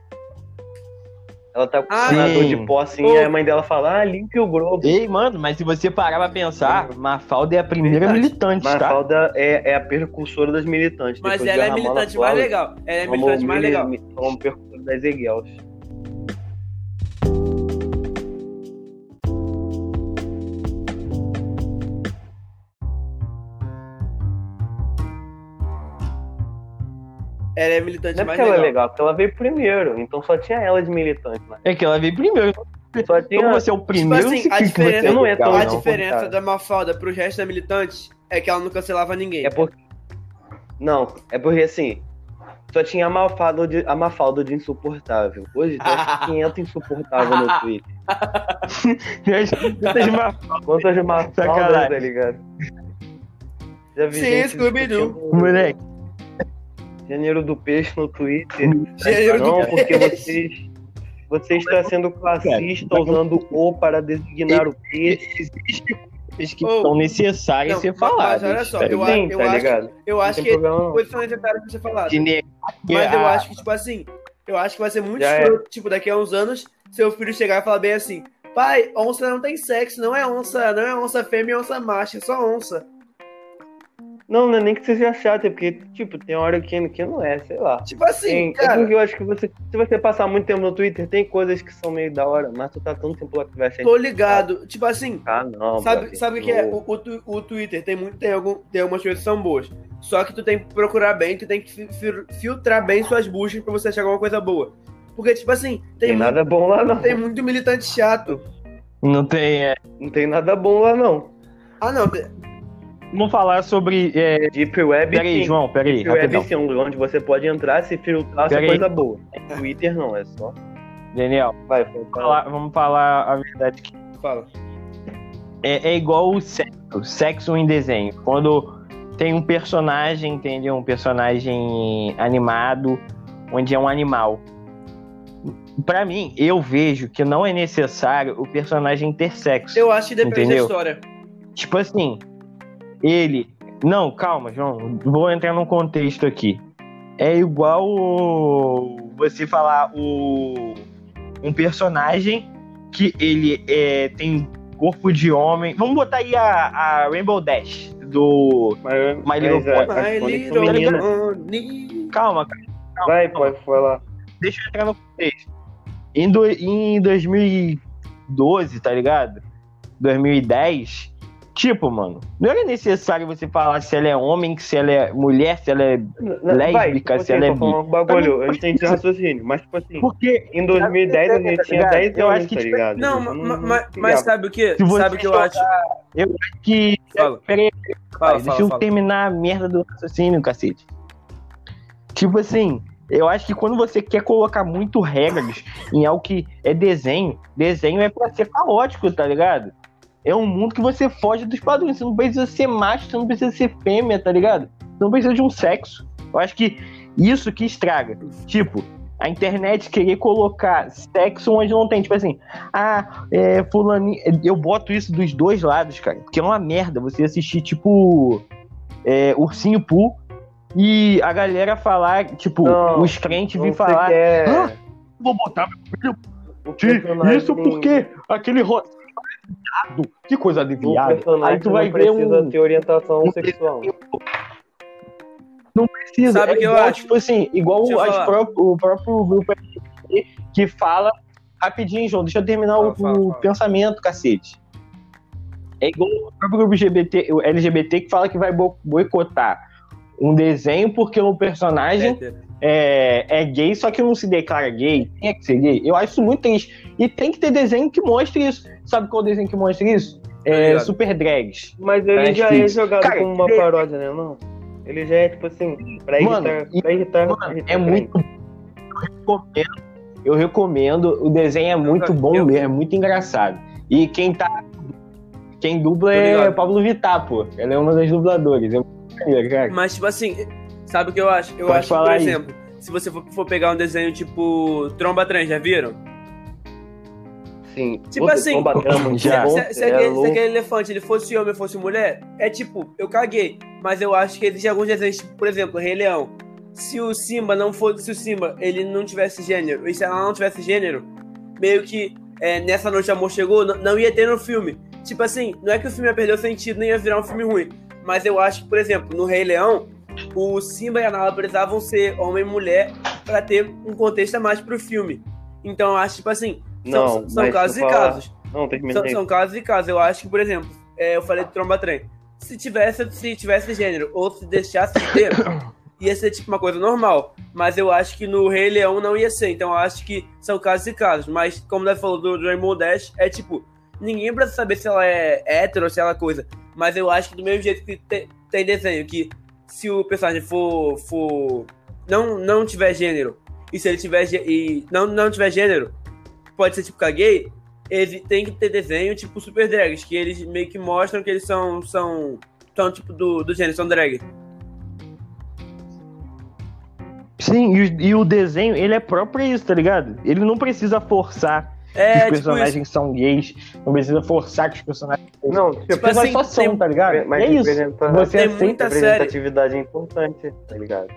[SPEAKER 3] Ela tá com
[SPEAKER 2] Ah,
[SPEAKER 3] um senador
[SPEAKER 1] sim.
[SPEAKER 3] de posse
[SPEAKER 2] Pô.
[SPEAKER 3] e a mãe dela fala, ah, limpe o Globo.
[SPEAKER 1] Ei, mano, mas se você parar pra pensar, Mafalda é a primeira
[SPEAKER 2] Verdade.
[SPEAKER 1] militante, tá?
[SPEAKER 3] Mafalda é, é a percursora das militantes.
[SPEAKER 2] Mas
[SPEAKER 3] Depois
[SPEAKER 2] ela é
[SPEAKER 3] da
[SPEAKER 2] a
[SPEAKER 3] Ramona
[SPEAKER 2] militante mais
[SPEAKER 3] Flowers,
[SPEAKER 2] legal. Ela é a
[SPEAKER 3] como
[SPEAKER 2] militante mais
[SPEAKER 3] mili-
[SPEAKER 2] legal.
[SPEAKER 3] mi- Como percursora das Eguels.
[SPEAKER 2] Ela é a militante
[SPEAKER 3] Não é
[SPEAKER 2] mais
[SPEAKER 3] porque ela
[SPEAKER 2] legal.
[SPEAKER 3] é legal, porque ela veio primeiro. Então só tinha ela de militante. Né?
[SPEAKER 1] É que ela veio primeiro.
[SPEAKER 3] Só
[SPEAKER 1] Então
[SPEAKER 3] tinha...
[SPEAKER 1] você é o primeiro.
[SPEAKER 2] assim,
[SPEAKER 1] não significa
[SPEAKER 2] a
[SPEAKER 1] que você
[SPEAKER 2] diferença-
[SPEAKER 3] não é tão
[SPEAKER 1] legal,
[SPEAKER 2] A
[SPEAKER 3] não,
[SPEAKER 2] diferença
[SPEAKER 3] coitada.
[SPEAKER 2] da Mafalda pro resto da militante é que ela não cancelava ninguém.
[SPEAKER 3] É porque... Não, é porque assim... Só tinha a Mafalda de, a Mafalda de insuportável. Hoje tem 500 insuportável no Twitter.
[SPEAKER 1] é
[SPEAKER 3] Quantas
[SPEAKER 1] Sacanagem.
[SPEAKER 3] mafadas, tá ligado? Já
[SPEAKER 2] Sim, Scooby-Doo.
[SPEAKER 3] do
[SPEAKER 1] Moleque,
[SPEAKER 3] Janeiro do peixe no Twitter.
[SPEAKER 2] Gênero do
[SPEAKER 3] não, porque
[SPEAKER 2] peixe.
[SPEAKER 3] vocês. Você está sendo classista usando o para designar o peixe.
[SPEAKER 1] existem coisas que
[SPEAKER 2] Ô,
[SPEAKER 1] são necessárias
[SPEAKER 2] não,
[SPEAKER 1] ser
[SPEAKER 2] mas- mas
[SPEAKER 1] faladas.
[SPEAKER 2] olha só,
[SPEAKER 1] tá
[SPEAKER 2] eu
[SPEAKER 1] ligado?
[SPEAKER 2] acho-
[SPEAKER 3] Sim, tá
[SPEAKER 2] acho-
[SPEAKER 3] ligado?
[SPEAKER 2] Eu
[SPEAKER 3] Não
[SPEAKER 2] acho
[SPEAKER 3] tem
[SPEAKER 2] que
[SPEAKER 3] problema não.
[SPEAKER 2] coisas são necessárias pra ser falada.
[SPEAKER 1] De Ah, negar que
[SPEAKER 2] Mas eu
[SPEAKER 1] a-
[SPEAKER 2] acho que, tipo assim, eu acho que vai ser muito
[SPEAKER 3] Já é.
[SPEAKER 2] escroto, tipo, daqui a uns anos, seu filho chegar e falar bem assim, pai, onça não tem sexo, não é onça, não é onça fêmea, é onça macho, é só onça.
[SPEAKER 3] Não, não é nem que seja chato, é porque, tipo, tem hora que, que não é, sei lá.
[SPEAKER 2] Tipo assim,
[SPEAKER 3] Tem- é
[SPEAKER 2] cara,
[SPEAKER 3] porque eu acho que você, se você passar muito tempo no Twitter, tem coisas que são meio da hora, mas tu tá tanto tempo lá que vai achar.
[SPEAKER 2] tô ligado. Tipo assim,
[SPEAKER 3] Ah, não.
[SPEAKER 2] Sabe,
[SPEAKER 3] brother,
[SPEAKER 2] sabe o que é?
[SPEAKER 3] não.
[SPEAKER 2] O, o tu- o Twitter tem, muito, tem, algum, tem algumas coisas que são boas. Só que tu tem que procurar bem, tu tem que fi- fil- filtrar bem suas buscas pra você achar alguma coisa boa. Porque, tipo assim, tem,
[SPEAKER 3] Tem
[SPEAKER 2] mu-
[SPEAKER 3] nada bom lá, não.
[SPEAKER 2] tem muito militante chato.
[SPEAKER 1] Não tem. é,
[SPEAKER 3] Não tem nada bom lá, não.
[SPEAKER 2] Ah, não. te-
[SPEAKER 1] Vamos falar sobre. É...
[SPEAKER 3] Deep Web.
[SPEAKER 1] Peraí,
[SPEAKER 3] sim.
[SPEAKER 1] João, peraí.
[SPEAKER 3] Deep Web
[SPEAKER 1] rapidão.
[SPEAKER 3] sim, onde você pode entrar, se filtrar, essa
[SPEAKER 1] Peraí.
[SPEAKER 3] coisa boa. Twitter não, é só.
[SPEAKER 1] Daniel,
[SPEAKER 3] Vai, vai,
[SPEAKER 1] vamos falar, vamos falar a verdade que
[SPEAKER 2] Fala.
[SPEAKER 1] é, é igual o sexo, sexo em desenho. Quando tem um personagem, entendeu? Um personagem animado, onde é um animal. Pra mim, eu vejo que não é necessário o personagem ter sexo.
[SPEAKER 2] Eu acho que depende da
[SPEAKER 1] Entendeu?
[SPEAKER 2] história.
[SPEAKER 1] Tipo assim, ele. Não, calma, João. Vou entrar num contexto aqui. É igual o- você falar o um personagem que ele é, tem corpo de homem. Vamos botar aí a, a Rainbow Dash do.
[SPEAKER 3] Mas,
[SPEAKER 1] My Little
[SPEAKER 3] mas
[SPEAKER 2] My
[SPEAKER 3] é, mas
[SPEAKER 2] little
[SPEAKER 3] feminina.
[SPEAKER 2] pony.
[SPEAKER 1] Calma, cara,
[SPEAKER 3] Vai, pode falar.
[SPEAKER 1] deixa eu entrar no contexto. Em, do- em 2012, tá ligado? 2010. Tipo, mano, não era necessário você falar se ela é homem, se ela é mulher, se ela é
[SPEAKER 3] Vai, tipo
[SPEAKER 1] Lésbica, se
[SPEAKER 3] assim,
[SPEAKER 1] ela é
[SPEAKER 3] eu tô falando um bagulho, eu entendi o
[SPEAKER 1] tá
[SPEAKER 3] raciocínio, mas tipo assim,
[SPEAKER 1] Porque
[SPEAKER 3] em 2010 a gente tinha
[SPEAKER 1] Cara,
[SPEAKER 3] 10
[SPEAKER 1] tá eu acho
[SPEAKER 3] anos,
[SPEAKER 1] que,
[SPEAKER 3] tá
[SPEAKER 1] tipo,
[SPEAKER 3] ligado? hum,
[SPEAKER 2] Não,
[SPEAKER 3] Eu
[SPEAKER 2] ma-
[SPEAKER 3] não-
[SPEAKER 2] ma-
[SPEAKER 3] não
[SPEAKER 2] ma- mas
[SPEAKER 3] ligava.
[SPEAKER 2] sabe o que?
[SPEAKER 1] Se você é
[SPEAKER 2] Sabe o que eu acho?
[SPEAKER 1] que.
[SPEAKER 2] Fala.
[SPEAKER 1] Peraí,
[SPEAKER 2] Fala,
[SPEAKER 1] deixa eu
[SPEAKER 2] fala, fala.
[SPEAKER 1] terminar a merda do raciocínio, cacete. Tipo assim, eu acho que quando você quer colocar muito regras em algo que é desenho, desenho é pra ser caótico, tá ligado? É um mundo que você foge dos padrões. Você não precisa ser macho, você não precisa ser fêmea, tá ligado? Você não precisa de um sexo. Eu acho que isso que estraga. Tipo, a internet querer colocar sexo onde não tem. Tipo assim, ah, é, fulani... Eu boto isso dos dois lados, cara. Porque é uma merda você assistir, tipo, é, Ursinho Poo e a galera falar, tipo,
[SPEAKER 3] Não,
[SPEAKER 1] os crentes
[SPEAKER 3] Então
[SPEAKER 1] vir
[SPEAKER 3] você
[SPEAKER 1] falar...
[SPEAKER 3] quer
[SPEAKER 1] "Ah, Vou botar
[SPEAKER 3] um
[SPEAKER 1] Ti,
[SPEAKER 3] personagem-
[SPEAKER 1] Isso porque aquele rosto que coisa de
[SPEAKER 3] Um
[SPEAKER 1] viado.
[SPEAKER 3] personagem
[SPEAKER 1] Aí tu vai
[SPEAKER 3] não
[SPEAKER 1] ver
[SPEAKER 3] precisa
[SPEAKER 1] um.
[SPEAKER 3] ter orientação
[SPEAKER 1] um-
[SPEAKER 3] sexual.
[SPEAKER 1] Não precisa.
[SPEAKER 2] Sabe
[SPEAKER 1] é
[SPEAKER 2] que eu
[SPEAKER 1] igual,
[SPEAKER 2] acho?
[SPEAKER 1] Tipo assim, igual
[SPEAKER 2] Deixa eu
[SPEAKER 1] as
[SPEAKER 2] falar.
[SPEAKER 1] pró- o próprio grupo LGBT que fala. Rapidinho, João, deixa eu terminar o,
[SPEAKER 2] Fala, fala,
[SPEAKER 1] o
[SPEAKER 2] fala.
[SPEAKER 1] pensamento, cacete. É igual o próprio grupo LGBT, o LGBT que fala que vai bo- boicotar um desenho porque o personagem é, é gay, só que não se declara gay, tem que ser gay. Eu acho isso muito triste. E tem que ter desenho que mostre isso. Sabe qual desenho que mostra isso? É,
[SPEAKER 2] Obrigado.
[SPEAKER 1] super drags.
[SPEAKER 3] Mas ele
[SPEAKER 1] Parece
[SPEAKER 3] já é
[SPEAKER 1] isso.
[SPEAKER 3] jogado
[SPEAKER 1] Cara,
[SPEAKER 3] como uma
[SPEAKER 1] ele-
[SPEAKER 3] paródia, né? Não. Ele já é, tipo assim, pra
[SPEAKER 1] Mano,
[SPEAKER 3] irritar.
[SPEAKER 1] e-
[SPEAKER 3] pra irritar,
[SPEAKER 1] Mano,
[SPEAKER 3] pra irritar
[SPEAKER 1] é
[SPEAKER 3] crente.
[SPEAKER 1] muito. Eu recomendo. Eu recomendo. O desenho é muito bom
[SPEAKER 2] eu-
[SPEAKER 1] mesmo, é muito engraçado. E quem tá. Quem dubla
[SPEAKER 2] Tô
[SPEAKER 1] é
[SPEAKER 2] ligado.
[SPEAKER 1] Pablo Vittar, pô. Ela é uma das dubladoras. É muito maneiro, cara.
[SPEAKER 2] Mas, tipo assim, sabe o que eu acho? Eu
[SPEAKER 1] Pode
[SPEAKER 2] acho que, por
[SPEAKER 1] falar aí.
[SPEAKER 2] exemplo, se você for, for pegar um desenho tipo Tromba Trans, já viram?
[SPEAKER 3] Sim.
[SPEAKER 2] Tipo assim, Se,
[SPEAKER 1] Já.
[SPEAKER 2] se-
[SPEAKER 3] é
[SPEAKER 2] se aquele, se aquele elefante ele fosse homem ou fosse mulher, é tipo, eu caguei. Mas eu acho que existe alguns desenhos, tipo, por exemplo, Rei Leão. Se o Simba não fosse. Se o Simba ele não tivesse gênero, e se ela não tivesse gênero, meio que é, nessa noite o amor chegou, não, não ia ter no filme. Tipo assim, não é que o filme ia perder o sentido, nem ia virar um filme ruim. Mas eu acho que, por exemplo, no Rei Leão, o Simba e a Nala precisavam ser homem e mulher pra ter um contexto a mais pro filme. Então eu acho, tipo assim, são-
[SPEAKER 3] Não,
[SPEAKER 2] são, são
[SPEAKER 3] mas
[SPEAKER 2] casos
[SPEAKER 3] se
[SPEAKER 2] e
[SPEAKER 3] eu falar-
[SPEAKER 2] casos.
[SPEAKER 3] Não, termina
[SPEAKER 2] São,
[SPEAKER 3] aí.
[SPEAKER 2] são casos e casos. Eu acho que, por exemplo, é, eu falei de tromba trem. Se tivesse, se tivesse gênero, ou se deixasse de ter, ia ser tipo uma coisa normal. Mas eu acho que no Rei Leão não ia ser. Então eu acho que são casos e casos. Mas, como nós falou do, do Rainbow Dash, é tipo, ninguém precisa saber se ela é hétero ou se ela é coisa. Mas eu acho que do mesmo jeito que te- tem desenho, que se o personagem for. for não, não tiver gênero, e se ele tiver gê- e não, não tiver gênero, pode ser tipo caguei, ele tem que ter desenho tipo super drags, que eles meio que mostram que eles são. são, são tipo do, do gênero, são drag.
[SPEAKER 1] Sim, e, o- e o desenho, ele é próprio isso, tá ligado? Ele não precisa forçar que
[SPEAKER 2] É,
[SPEAKER 1] os
[SPEAKER 2] tipo isso.
[SPEAKER 1] personagens são gays, não precisa forçar que os personagens.
[SPEAKER 3] Não, tipo,
[SPEAKER 2] Tipo
[SPEAKER 1] Mas
[SPEAKER 2] assim,
[SPEAKER 1] só são,
[SPEAKER 2] tem-
[SPEAKER 1] tá ligado?
[SPEAKER 3] mas
[SPEAKER 1] é isso.
[SPEAKER 3] representa-
[SPEAKER 1] Você
[SPEAKER 2] tem
[SPEAKER 1] aceita tipo
[SPEAKER 2] muita série.
[SPEAKER 3] representatividade é importante, tá ligado?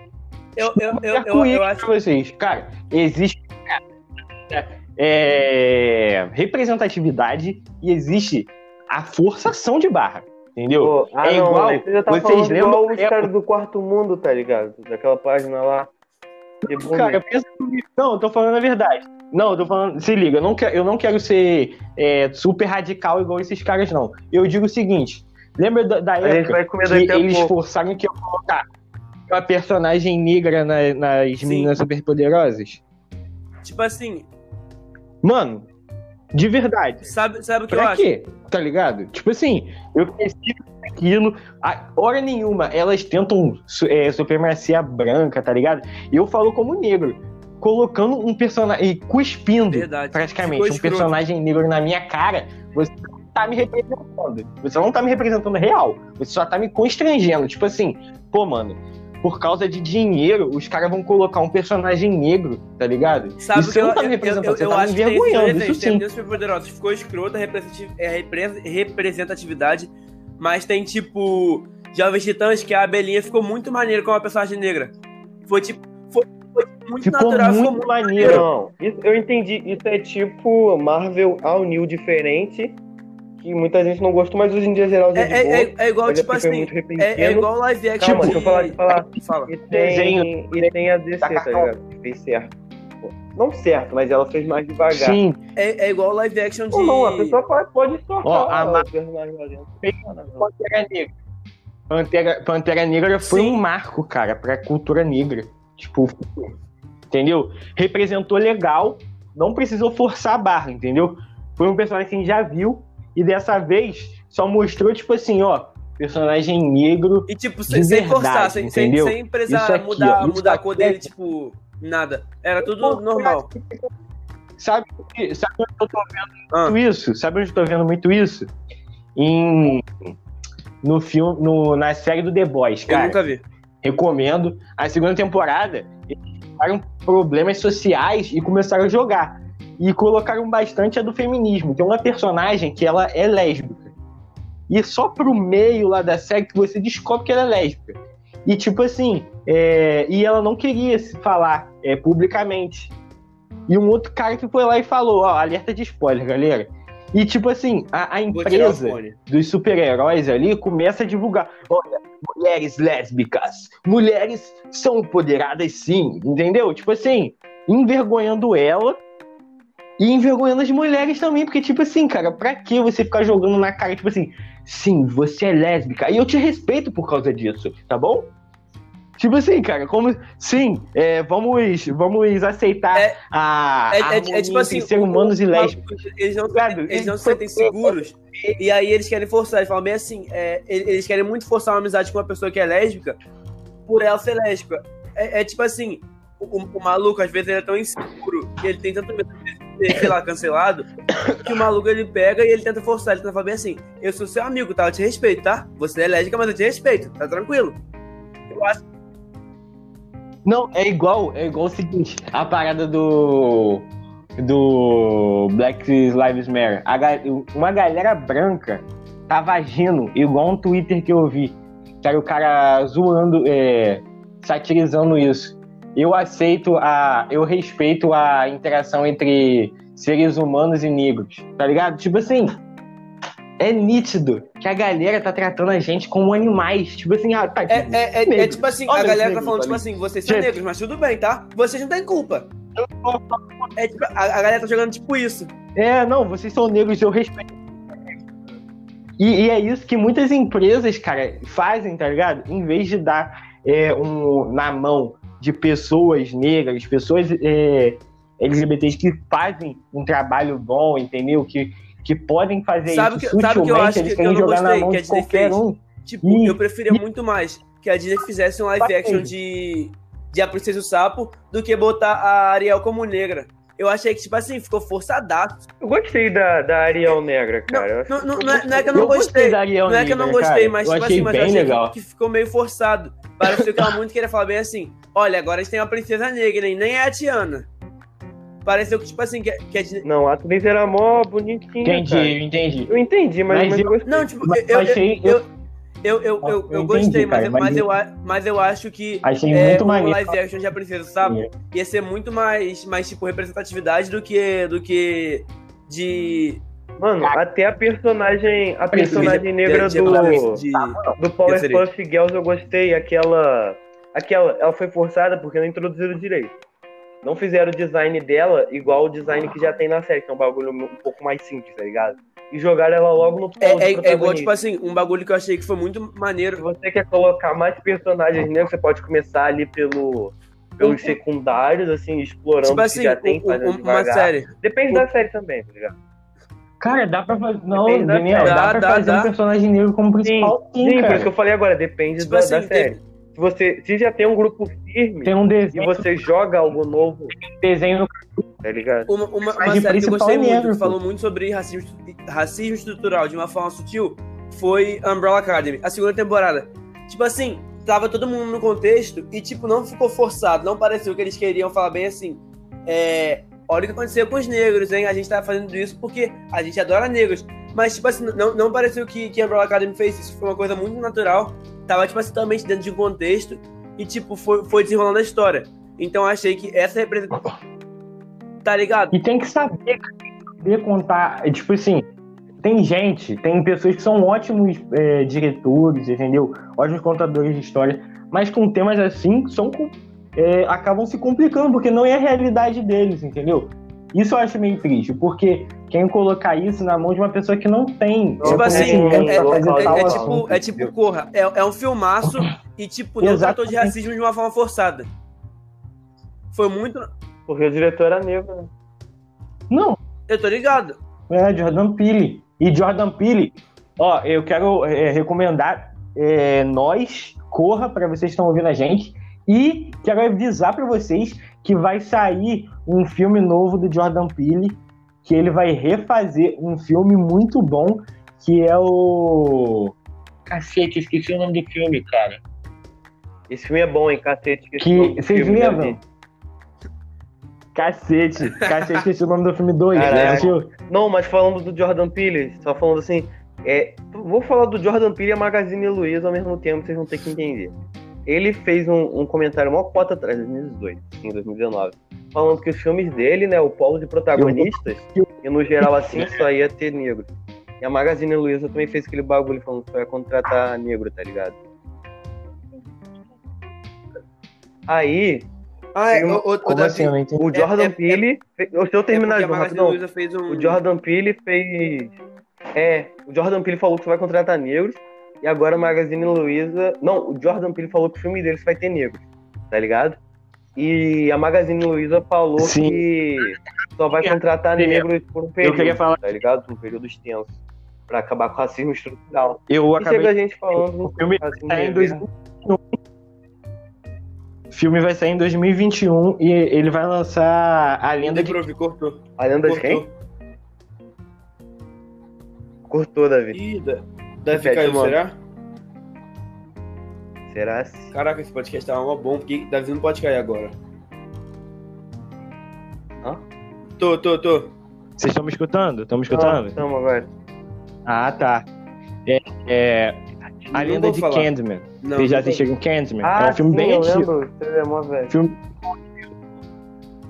[SPEAKER 2] Eu, eu, eu, eu,
[SPEAKER 1] arco-íris
[SPEAKER 2] eu
[SPEAKER 1] pra
[SPEAKER 2] acho.
[SPEAKER 1] vocês. tipo assim, Cara, existe é, representatividade e existe a forçação de barra, entendeu?
[SPEAKER 3] Pô, ah,
[SPEAKER 1] é
[SPEAKER 3] não,
[SPEAKER 1] igual-
[SPEAKER 3] mas você já tá
[SPEAKER 1] vocês
[SPEAKER 3] falando
[SPEAKER 1] lembram
[SPEAKER 3] igual
[SPEAKER 1] da
[SPEAKER 3] os caras do quarto mundo, tá ligado? Daquela página lá. Tipo, De bunda.
[SPEAKER 1] Cara, pensa comigo. Não, eu tô falando a verdade. Não, eu tô falando. Se liga, eu não quero, eu não quero ser é, super radical igual esses caras, não. Eu digo o seguinte: lembra da, da
[SPEAKER 3] a gente
[SPEAKER 1] época
[SPEAKER 3] vai comer
[SPEAKER 1] que
[SPEAKER 3] daqui a
[SPEAKER 1] eles
[SPEAKER 3] pouco.
[SPEAKER 1] forçaram que eu colocar uma personagem negra na- nas
[SPEAKER 2] Sim.
[SPEAKER 1] meninas superpoderosas?
[SPEAKER 2] Tipo assim,
[SPEAKER 1] Mano, de verdade.
[SPEAKER 2] sabe, sabe o que eu
[SPEAKER 1] Pra
[SPEAKER 2] acho?
[SPEAKER 1] quê? Tá ligado? Tipo assim, eu preciso daquilo. A hora nenhuma, elas tentam su- é, supremacia branca, tá ligado? Eu falo como negro. colocando um personagem. e cuspindo,
[SPEAKER 2] Verdade.
[SPEAKER 1] praticamente,
[SPEAKER 2] Ficou
[SPEAKER 1] um
[SPEAKER 2] escroto.
[SPEAKER 1] personagem negro na minha cara, você não tá me representando. Você não tá me representando real. Você só tá me constrangendo. Tipo assim, pô, mano, por causa de dinheiro, os caras vão colocar um personagem negro, tá ligado?
[SPEAKER 2] Sabe
[SPEAKER 1] Isso você não tá me representando, você tá me
[SPEAKER 2] que tem esses
[SPEAKER 1] envergonhando,
[SPEAKER 2] dois
[SPEAKER 1] isso
[SPEAKER 2] efeitos.
[SPEAKER 1] sim.
[SPEAKER 2] Tem Deus Superpoderosos, ficou escrota a representati- é, repre- representatividade, mas tem tipo Jovens Titãs que a abelhinha ficou muito maneira com uma personagem negra. Foi tipo, foi, foi muito
[SPEAKER 1] Ficou
[SPEAKER 2] natural, ficou
[SPEAKER 1] muito
[SPEAKER 2] muito
[SPEAKER 1] maneiro.
[SPEAKER 3] Não, isso- eu entendi. Isso é tipo Marvel All New diferente, que muita gente não gostou, mas hoje em dia geral já
[SPEAKER 2] é,
[SPEAKER 3] é, de boa.
[SPEAKER 2] é, é, é igual,
[SPEAKER 3] mas é
[SPEAKER 2] tipo
[SPEAKER 3] porque foi
[SPEAKER 2] assim,
[SPEAKER 3] muito
[SPEAKER 2] é, é
[SPEAKER 3] repentino.
[SPEAKER 2] igual assim, é, live action.
[SPEAKER 3] Calma, deixa eu
[SPEAKER 2] de-
[SPEAKER 3] falar, falar.
[SPEAKER 2] Fala.
[SPEAKER 3] E tem,
[SPEAKER 1] Desenho.
[SPEAKER 3] e tem a DC,
[SPEAKER 1] Da
[SPEAKER 3] tá
[SPEAKER 1] Cartoon.
[SPEAKER 3] ligado? Que fez certo. Pô, Não certo, mas ela fez mais devagar.
[SPEAKER 1] Sim,
[SPEAKER 2] É, é igual live action de.
[SPEAKER 3] Ou não, a pessoa pode, pode tocar.
[SPEAKER 1] Ó, a Ma-
[SPEAKER 3] Não,
[SPEAKER 1] Pantera Negra. Pantera, Pantera Negra foi
[SPEAKER 2] Sim.
[SPEAKER 1] um marco, cara, pra cultura negra. Tipo, entendeu? Representou legal, não precisou forçar a barra, entendeu? Foi um personagem que a gente já viu e dessa vez só mostrou, tipo assim, ó, personagem negro.
[SPEAKER 2] E tipo,
[SPEAKER 1] De
[SPEAKER 2] sem, sem
[SPEAKER 1] verdade,
[SPEAKER 2] forçar, sem, sem,
[SPEAKER 1] entendeu?
[SPEAKER 2] sem precisar
[SPEAKER 1] Isso aqui,
[SPEAKER 2] mudar,
[SPEAKER 1] ó, isso
[SPEAKER 2] mudar a cor
[SPEAKER 1] aqui é-
[SPEAKER 2] dele, tipo, nada. Era tudo normal.
[SPEAKER 1] Sabe, o que- sabe onde eu tô
[SPEAKER 2] Ah.
[SPEAKER 1] vendo muito isso? Sabe onde eu tô vendo muito isso? Em, no filme, no, na série do The Boys,
[SPEAKER 2] Eu
[SPEAKER 1] cara.
[SPEAKER 2] nunca vi.
[SPEAKER 1] recomendo. A segunda temporada, eles tiveram problemas sociais e começaram a jogar. E colocaram bastante a do feminismo. Tem uma personagem que ela é lésbica. E só pro meio lá da série que você descobre que ela é lésbica. E tipo assim, é, e ela não queria se falar é, publicamente. E um outro cara que foi lá e falou, ó, alerta de spoiler, galera. E tipo assim, a, a
[SPEAKER 2] Vou tirar o
[SPEAKER 1] empresa
[SPEAKER 2] fone.
[SPEAKER 1] dos super-heróis ali começa a divulgar. Olha, mulheres lésbicas, mulheres são empoderadas sim, entendeu? Tipo assim, envergonhando ela e envergonhando as mulheres também, porque tipo assim, cara, pra que você ficar jogando na cara, tipo assim, sim, você é lésbica, e eu te respeito por causa disso, tá bom? Tipo assim, cara, como. Sim, é, vamos, vamos aceitar
[SPEAKER 2] É-
[SPEAKER 1] a.
[SPEAKER 2] É,
[SPEAKER 1] a
[SPEAKER 2] é- é tipo
[SPEAKER 1] harmonia
[SPEAKER 2] assim,
[SPEAKER 1] entre Ser humanos e
[SPEAKER 2] o-
[SPEAKER 1] lésbicas.
[SPEAKER 2] Eles não,
[SPEAKER 1] Sabe?
[SPEAKER 2] eles não se
[SPEAKER 1] Foi-
[SPEAKER 2] sentem seguros. E aí eles querem forçar. Eles falam bem assim: é, eles eles querem muito forçar uma amizade com uma pessoa que é lésbica por ela ser lésbica. É, é tipo assim: o, o- o maluco, às vezes, ele é tão inseguro que ele tem tanto medo de ser, sei lá, cancelado, que o maluco ele pega e ele tenta forçar. Ele tenta falar bem assim: eu sou seu amigo, tá? Eu te respeito, tá? Você é lésbica, mas eu te respeito, tá tranquilo. Eu acho
[SPEAKER 1] Não, é igual, é igual o seguinte, a parada do do Black Lives Matter. A ga- uma galera branca tava agindo igual um Twitter que eu vi, que era o cara zoando, é, satirizando isso. Eu aceito a, eu respeito a interação entre seres humanos e negros, tá ligado? Tipo assim, é nítido que a galera tá tratando a gente como animais. Tipo assim, ah, tá
[SPEAKER 2] É, é, é, é tipo assim,
[SPEAKER 1] Olha
[SPEAKER 2] a
[SPEAKER 1] os
[SPEAKER 2] galera tá
[SPEAKER 1] negros
[SPEAKER 2] falando,
[SPEAKER 1] ali.
[SPEAKER 2] tipo assim, vocês são
[SPEAKER 1] Gente.
[SPEAKER 2] negros, mas tudo bem, tá? Vocês não têm culpa.
[SPEAKER 1] posso
[SPEAKER 2] É tipo, a, a galera tá jogando tipo isso.
[SPEAKER 1] É, não, vocês são negros, eu respeito. E, e é isso que muitas empresas, cara, fazem, tá ligado? Em vez de dar é, um, na mão de pessoas negras, pessoas é, LGBTs que fazem um trabalho bom, entendeu? Que, que podem fazer
[SPEAKER 2] Sabe
[SPEAKER 1] isso
[SPEAKER 2] que- sabe que eu
[SPEAKER 1] sutilmente,
[SPEAKER 2] acho
[SPEAKER 1] eles querem
[SPEAKER 2] que- que eu não
[SPEAKER 1] jogar na
[SPEAKER 2] gostei
[SPEAKER 1] mão
[SPEAKER 2] que é a
[SPEAKER 1] de
[SPEAKER 2] Disney
[SPEAKER 1] qualquer
[SPEAKER 2] fez?
[SPEAKER 1] um.
[SPEAKER 2] Tipo,
[SPEAKER 1] Ih,
[SPEAKER 2] eu preferia muito mais que a Disney fizesse um live
[SPEAKER 1] Tá
[SPEAKER 2] action
[SPEAKER 1] bem.
[SPEAKER 2] de, de A Princesa e o Sapo do que botar a Ariel como negra. Eu achei que, tipo assim, ficou forçadaço.
[SPEAKER 3] Eu gostei da, da Ariel Negra, cara. Eu acho
[SPEAKER 2] Não,
[SPEAKER 3] que
[SPEAKER 2] não,
[SPEAKER 3] ficou
[SPEAKER 2] não é, não é que eu não
[SPEAKER 1] Eu
[SPEAKER 2] gostei.
[SPEAKER 1] da Ariel
[SPEAKER 2] Não é que eu não
[SPEAKER 1] Negra,
[SPEAKER 2] gostei,
[SPEAKER 1] cara.
[SPEAKER 2] mas,
[SPEAKER 1] eu
[SPEAKER 2] tipo
[SPEAKER 1] achei
[SPEAKER 2] assim, mas
[SPEAKER 1] bem
[SPEAKER 2] eu achei
[SPEAKER 1] legal.
[SPEAKER 2] que ficou meio forçado. Pareceu que ela muito queria falar bem assim: olha, agora a gente tem uma princesa negra, hein? nem é a Tiana. Pareceu que, tipo assim, que, que a Disney.
[SPEAKER 3] Não, a atriz era mó bonitinha. cara.
[SPEAKER 1] Entendi, entendi.
[SPEAKER 3] Eu entendi, mas,
[SPEAKER 1] Mas
[SPEAKER 3] mas eu gostei.
[SPEAKER 2] Não, tipo,
[SPEAKER 1] Mas
[SPEAKER 2] eu, eu,
[SPEAKER 1] achei-
[SPEAKER 2] eu, eu, eu, eu, eu
[SPEAKER 1] eu
[SPEAKER 2] gostei,
[SPEAKER 1] entendi,
[SPEAKER 2] mas,
[SPEAKER 1] cara,
[SPEAKER 2] eu- mas,
[SPEAKER 1] mas-
[SPEAKER 2] eu, a- mas eu acho que
[SPEAKER 1] Achei
[SPEAKER 2] é,
[SPEAKER 1] muito
[SPEAKER 2] o
[SPEAKER 1] maneiro.
[SPEAKER 2] live action já precisa, sabe? Ia ser muito mais, mais tipo, representatividade do que. do que. de.
[SPEAKER 3] Mano, até a personagem, a personagem negra
[SPEAKER 2] de-
[SPEAKER 3] do, Tá,
[SPEAKER 2] de-
[SPEAKER 3] do Powerpuff Girls eu gostei. Aquela, aquela, ela foi forçada porque não introduziram direito. Não fizeram o design dela igual o design que já tem na série, que é um bagulho um pouco mais simples, tá ligado? E jogaram ela logo no ponto
[SPEAKER 2] É, é, é igual,
[SPEAKER 3] protagonista.
[SPEAKER 2] tipo assim, um bagulho que eu achei que foi muito maneiro.
[SPEAKER 3] Se você quer colocar mais personagens negros, você pode começar ali pelo, pelos secundários, assim, explorando
[SPEAKER 2] Tipo
[SPEAKER 3] o que
[SPEAKER 2] assim,
[SPEAKER 3] já tem,
[SPEAKER 2] um- um-
[SPEAKER 3] fazendo
[SPEAKER 2] uma
[SPEAKER 3] devagar.
[SPEAKER 2] série.
[SPEAKER 3] Depende da série também, tá ligado?
[SPEAKER 1] Cara, dá pra fazer. Não,
[SPEAKER 3] Depende da
[SPEAKER 1] Daniel,
[SPEAKER 2] série.
[SPEAKER 1] dá,
[SPEAKER 2] Dá,
[SPEAKER 1] pra
[SPEAKER 2] dá,
[SPEAKER 1] fazer
[SPEAKER 2] dá.
[SPEAKER 1] um personagem negro como principal, sim,
[SPEAKER 3] Sim, por
[SPEAKER 1] cara.
[SPEAKER 3] isso que eu falei agora, depende
[SPEAKER 2] Tipo
[SPEAKER 3] da, da
[SPEAKER 2] assim,
[SPEAKER 3] série.
[SPEAKER 2] teve,
[SPEAKER 3] Se você se já tem um grupo firme
[SPEAKER 1] Tem um
[SPEAKER 3] e
[SPEAKER 1] desenho,
[SPEAKER 3] você joga algo novo,
[SPEAKER 1] desenho no
[SPEAKER 3] tá ligado?
[SPEAKER 2] Uma, uma,
[SPEAKER 1] Mas
[SPEAKER 2] uma
[SPEAKER 1] de
[SPEAKER 2] série que eu
[SPEAKER 1] principal
[SPEAKER 2] gostei
[SPEAKER 1] é
[SPEAKER 2] muito,
[SPEAKER 1] negro,
[SPEAKER 2] que falou muito sobre racismo, estu- racismo estrutural de uma forma sutil, foi Umbrella Academy, a segunda temporada. Tipo assim, tava todo mundo no contexto e, tipo, não ficou forçado, não pareceu que eles queriam falar bem assim. É, olha o que aconteceu com os negros, hein? A gente tá fazendo isso porque a gente adora negros. Mas, tipo assim, não, não pareceu que, que Umbrella Academy fez isso, foi uma coisa muito natural. Tava, tipo assim, totalmente dentro de um contexto e, tipo, foi, foi desenrolando a história. Então, eu achei que essa representação. Tá ligado?
[SPEAKER 1] E tem que saber, cara, tem que saber contar. É, Tipo assim, tem gente, tem pessoas que são ótimos é, diretores, entendeu? Ótimos contadores de história, mas com temas assim são com- é, acabam se complicando, porque não é a realidade deles, entendeu? Isso eu acho meio triste, porque quem colocar isso na mão de uma pessoa que não tem.
[SPEAKER 2] Tipo
[SPEAKER 1] é,
[SPEAKER 2] assim,
[SPEAKER 1] conhecimento
[SPEAKER 2] é-
[SPEAKER 1] pra fazer
[SPEAKER 2] É,
[SPEAKER 1] tal
[SPEAKER 2] é
[SPEAKER 1] assunto.
[SPEAKER 2] tipo, é tipo, corra, é, é um filmaço e, tipo, não tratou de
[SPEAKER 1] Exatamente.
[SPEAKER 2] racismo de uma forma forçada. Foi muito.
[SPEAKER 3] Porque o diretor era negro, né?
[SPEAKER 1] Não,
[SPEAKER 2] Eu tô ligado.
[SPEAKER 1] É, Jordan Peele. E Jordan Peele, ó, eu quero é, recomendar é, nós, corra para vocês que estão ouvindo a gente. E quero avisar para vocês que vai sair um filme novo do Jordan Peele, que ele vai refazer um filme muito bom, que é o. Cacete, esqueci o nome do filme, cara.
[SPEAKER 3] Esse filme é bom, hein, cacete. esse
[SPEAKER 1] Que
[SPEAKER 3] nome do
[SPEAKER 1] vocês
[SPEAKER 3] filme, né,
[SPEAKER 1] lembram?
[SPEAKER 3] gente?
[SPEAKER 1] Cacete, cacete, esqueci o nome do filme 2.
[SPEAKER 3] Caraca. Não, mas falando do Jordan Peele, só falando assim, é, vou falar do Jordan Peele e a Magazine Luiza ao mesmo tempo, vocês vão ter que entender. Ele fez um, um comentário uma cota atrás, em 2018, em 2019, falando que os filmes dele, né, o polo de protagonistas, e no geral assim, só ia ter negro. E a Magazine Luiza também fez aquele bagulho falando que só ia contratar negro, tá ligado? Aí,
[SPEAKER 2] Ah,
[SPEAKER 3] é, o-
[SPEAKER 1] Como assim? Eu não entendi.
[SPEAKER 3] o Jordan
[SPEAKER 2] é-
[SPEAKER 3] Peele. fe- Se eu terminar
[SPEAKER 2] a
[SPEAKER 3] João,
[SPEAKER 2] Magazine
[SPEAKER 3] rapidão.
[SPEAKER 2] Luiza fez um.
[SPEAKER 3] O Jordan Peele fez. É, o Jordan Peele falou que só vai contratar negros. E agora a Magazine Luiza. Não, o Jordan Peele falou que o filme dele só vai ter negros, tá ligado? E a Magazine Luiza falou
[SPEAKER 1] Sim.
[SPEAKER 3] que só vai contratar
[SPEAKER 1] Sim.
[SPEAKER 3] negros por um período,
[SPEAKER 1] queria falar-
[SPEAKER 3] tá ligado? Um período extenso. Pra acabar com o racismo estrutural.
[SPEAKER 4] Eu
[SPEAKER 3] E chega
[SPEAKER 4] acabei.
[SPEAKER 3] a gente falando.
[SPEAKER 1] O filme
[SPEAKER 3] racismo
[SPEAKER 1] tá em
[SPEAKER 3] reverso.
[SPEAKER 1] 2021. O filme vai sair em 2021 e ele vai lançar a lenda de
[SPEAKER 2] Deprove, cortou.
[SPEAKER 3] A lenda de quem?
[SPEAKER 2] Cortou.
[SPEAKER 3] Cortou, Davi.
[SPEAKER 2] Ih, da- Davi
[SPEAKER 3] Repete,
[SPEAKER 2] caiu,
[SPEAKER 3] mano.
[SPEAKER 2] será?
[SPEAKER 3] Será assim?
[SPEAKER 2] Caraca, esse podcast tá uma bom, porque Davi não pode cair agora.
[SPEAKER 3] Hã?
[SPEAKER 2] Tô, tô, tô.
[SPEAKER 1] Vocês estão me escutando? Estão me escutando?
[SPEAKER 3] Tamo agora.
[SPEAKER 1] Ah, tá. É, é, a
[SPEAKER 2] Não
[SPEAKER 1] lenda
[SPEAKER 2] vou
[SPEAKER 1] de
[SPEAKER 2] falar.
[SPEAKER 1] Candyman.
[SPEAKER 2] Não,
[SPEAKER 1] Vocês já
[SPEAKER 2] não tô-
[SPEAKER 1] assistiram Candyman?
[SPEAKER 3] Ah,
[SPEAKER 1] é um filme
[SPEAKER 3] sim,
[SPEAKER 1] bem
[SPEAKER 3] eu
[SPEAKER 1] antigo. Um
[SPEAKER 3] lembro. Você é mó velho.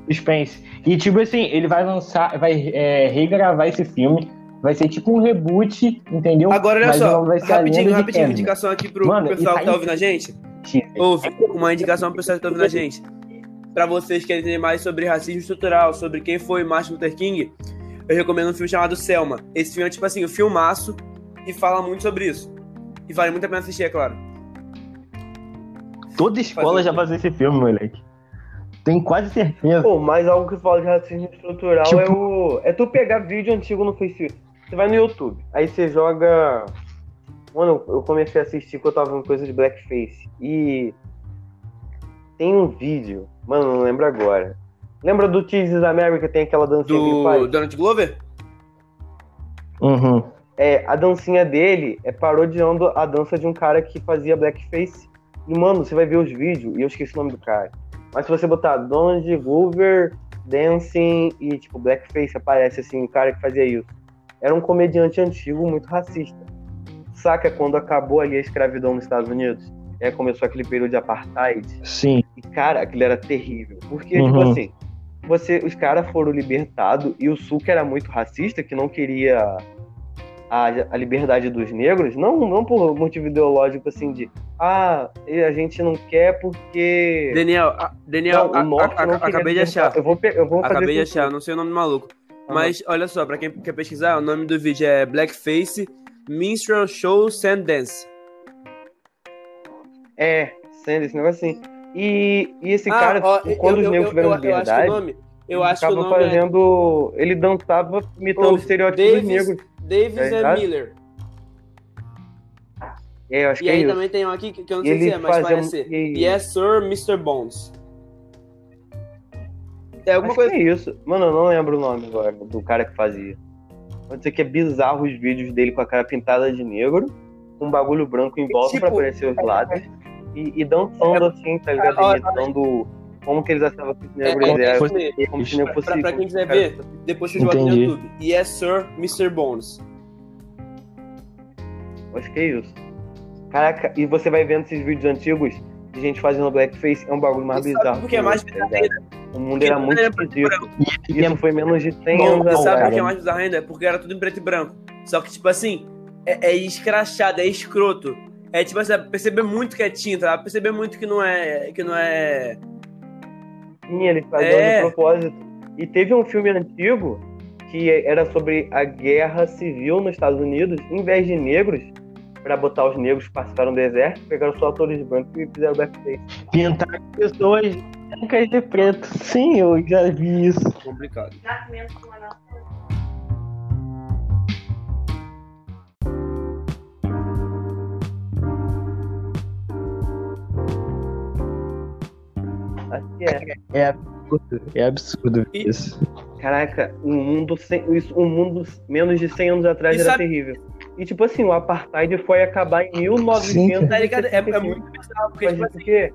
[SPEAKER 1] Suspense. E tipo assim, ele vai lançar, vai é, regravar esse filme. Vai ser tipo um reboot, entendeu?
[SPEAKER 2] Agora, olha
[SPEAKER 1] Mas
[SPEAKER 2] só,
[SPEAKER 1] não vai ser a
[SPEAKER 2] rapidinho,
[SPEAKER 1] lenda de
[SPEAKER 2] rapidinho,
[SPEAKER 1] Candyman.
[SPEAKER 2] indicação aqui pro
[SPEAKER 1] Mano,
[SPEAKER 2] pessoal
[SPEAKER 1] e
[SPEAKER 2] que tá
[SPEAKER 1] aí-
[SPEAKER 2] ouvindo a gente. Ouve, uma indicação pro pessoal que tá ouvindo a gente. Pra vocês que querem entender mais sobre racismo estrutural, sobre quem foi Martin Luther King, eu recomendo um filme chamado Selma. Esse filme é tipo assim, um filmaço e fala muito sobre isso. E vale muito a pena assistir, é claro.
[SPEAKER 1] Toda escola
[SPEAKER 2] Fazer-
[SPEAKER 1] já fazia esse filme, moleque. Tenho quase certeza.
[SPEAKER 3] Pô, mas algo que fala de racismo estrutural
[SPEAKER 1] Tipo-
[SPEAKER 3] é o. É tu pegar vídeo antigo no Facebook. Você vai no YouTube, aí você joga. Mano, eu comecei a assistir quando eu tava vendo coisa de blackface. E. Tem um vídeo. Mano, não lembro agora. Lembra do Teases America? Tem aquela dancinha que ele
[SPEAKER 2] Do
[SPEAKER 3] faz?
[SPEAKER 2] Donald Glover?
[SPEAKER 1] Uhum.
[SPEAKER 3] É, a dancinha dele é parodiando a dança de um cara que fazia blackface. E, mano, você vai ver os vídeos, e eu esqueci o nome do cara. Mas se você botar Donald Glover Dancing e, tipo, blackface, aparece, assim, o cara que fazia isso. Era um comediante antigo, muito racista. Saca quando acabou ali a escravidão nos Estados Unidos? E aí começou aquele período de apartheid.
[SPEAKER 1] Sim.
[SPEAKER 3] E, cara, aquilo era terrível. Porque, tipo
[SPEAKER 1] Uhum.
[SPEAKER 3] assim, você, os caras foram libertados e o Sul, que era muito racista, que não queria a, a liberdade dos negros, não, não por motivo ideológico, assim, de ah, e a gente não quer porque...
[SPEAKER 2] Daniel, a- Daniel,
[SPEAKER 3] Não,
[SPEAKER 2] a-
[SPEAKER 3] o norte
[SPEAKER 2] a- a-
[SPEAKER 3] não queria
[SPEAKER 2] acabei de achar.
[SPEAKER 3] libertar. Eu vou, pe- eu vou fazer
[SPEAKER 2] Acabei de
[SPEAKER 3] com-
[SPEAKER 2] achar, não sei o nome do maluco. Mas olha só, pra quem quer pesquisar, o nome do vídeo é Blackface Minstrel Show Sandance.
[SPEAKER 3] É, sendo esse negócio assim. E, e esse
[SPEAKER 2] Ah,
[SPEAKER 3] cara,
[SPEAKER 2] ó,
[SPEAKER 3] tipo, quando
[SPEAKER 2] eu-
[SPEAKER 3] os
[SPEAKER 2] eu-
[SPEAKER 3] negros
[SPEAKER 2] eu-
[SPEAKER 3] tiveram
[SPEAKER 2] eu-
[SPEAKER 3] liberdade,
[SPEAKER 2] Eu acho que o nome, eu
[SPEAKER 3] eles
[SPEAKER 2] acho que o
[SPEAKER 3] ficavam
[SPEAKER 2] nome é-
[SPEAKER 3] fazendo... Ele dançava imitando
[SPEAKER 2] Ô,
[SPEAKER 3] o estereótipo dos
[SPEAKER 2] Davis,
[SPEAKER 3] negros.
[SPEAKER 2] Davis
[SPEAKER 3] Tá
[SPEAKER 2] and
[SPEAKER 3] ligado?
[SPEAKER 2] Miller.
[SPEAKER 3] É, eu acho
[SPEAKER 2] E
[SPEAKER 3] que é
[SPEAKER 2] aí
[SPEAKER 3] isso.
[SPEAKER 2] também tem um aqui que que eu não
[SPEAKER 3] E
[SPEAKER 2] sei se
[SPEAKER 3] ele
[SPEAKER 2] é, mas
[SPEAKER 3] fazia
[SPEAKER 2] parece
[SPEAKER 3] um-
[SPEAKER 2] ser.
[SPEAKER 3] e-
[SPEAKER 2] Yes, sir, Mr. Bones. É alguma
[SPEAKER 3] Acho
[SPEAKER 2] coisa.
[SPEAKER 3] que é isso. Mano, eu não lembro o nome agora do cara que fazia. Pode ser que é bizarro os vídeos dele com a cara pintada de negro, com um bagulho branco em volta
[SPEAKER 2] Tipo-
[SPEAKER 3] pra aparecer os lados. E, e dançando assim, tá ligado?
[SPEAKER 2] Ah,
[SPEAKER 3] Imitando como que eles achavam que os negros
[SPEAKER 2] É,
[SPEAKER 1] Como se
[SPEAKER 3] eram.
[SPEAKER 1] fosse-
[SPEAKER 2] é, é,
[SPEAKER 3] Como se o negro fosse.
[SPEAKER 2] pra- pra quem quiser
[SPEAKER 3] cara,
[SPEAKER 2] ver. depois você joga no
[SPEAKER 1] Entendi.
[SPEAKER 2] YouTube. Yes, é sir, Mr. Bones.
[SPEAKER 3] Acho que é isso. Caraca, e você vai vendo esses vídeos antigos de gente fazendo blackface, é um bagulho mais
[SPEAKER 2] E sabe
[SPEAKER 3] bizarro.
[SPEAKER 2] por que é
[SPEAKER 3] que
[SPEAKER 2] mais
[SPEAKER 3] tá
[SPEAKER 2] bizarro
[SPEAKER 3] ligado? O mundo era muito esquisito. um
[SPEAKER 1] E é
[SPEAKER 3] Isso foi menos de 100
[SPEAKER 2] é, Bom,
[SPEAKER 3] anos
[SPEAKER 2] sabe
[SPEAKER 3] atrás.
[SPEAKER 2] o que é mais bizarro ainda? Porque era tudo em preto e branco. Só que, tipo assim, é, é escrachado, é escroto. É tipo assim, dá pra perceber muito que é tinta, dá pra perceber muito que não é. Que não é.
[SPEAKER 3] Sim, eles faziam
[SPEAKER 2] É.
[SPEAKER 3] de propósito. E teve um filme antigo que era sobre a guerra civil nos Estados Unidos, em vez de negros, pra botar os negros que passaram do deserto, pegaram só atores brancos e fizeram blackface.
[SPEAKER 1] pintar as pessoas brancas de preto. Sim, eu já vi isso.
[SPEAKER 2] Complicado.
[SPEAKER 3] É Acho que é.
[SPEAKER 1] É absurdo. É absurdo
[SPEAKER 2] E-
[SPEAKER 1] isso.
[SPEAKER 3] Caraca, um mundo sem, isso, um mundo menos de 100 anos atrás
[SPEAKER 2] E
[SPEAKER 3] era
[SPEAKER 2] sabe-
[SPEAKER 3] terrível. E tipo assim, o apartheid foi acabar em
[SPEAKER 2] Tá ligado? É,
[SPEAKER 3] 1965.
[SPEAKER 2] é muito bizarro, porque, tipo
[SPEAKER 3] Mas isso
[SPEAKER 2] assim,
[SPEAKER 3] que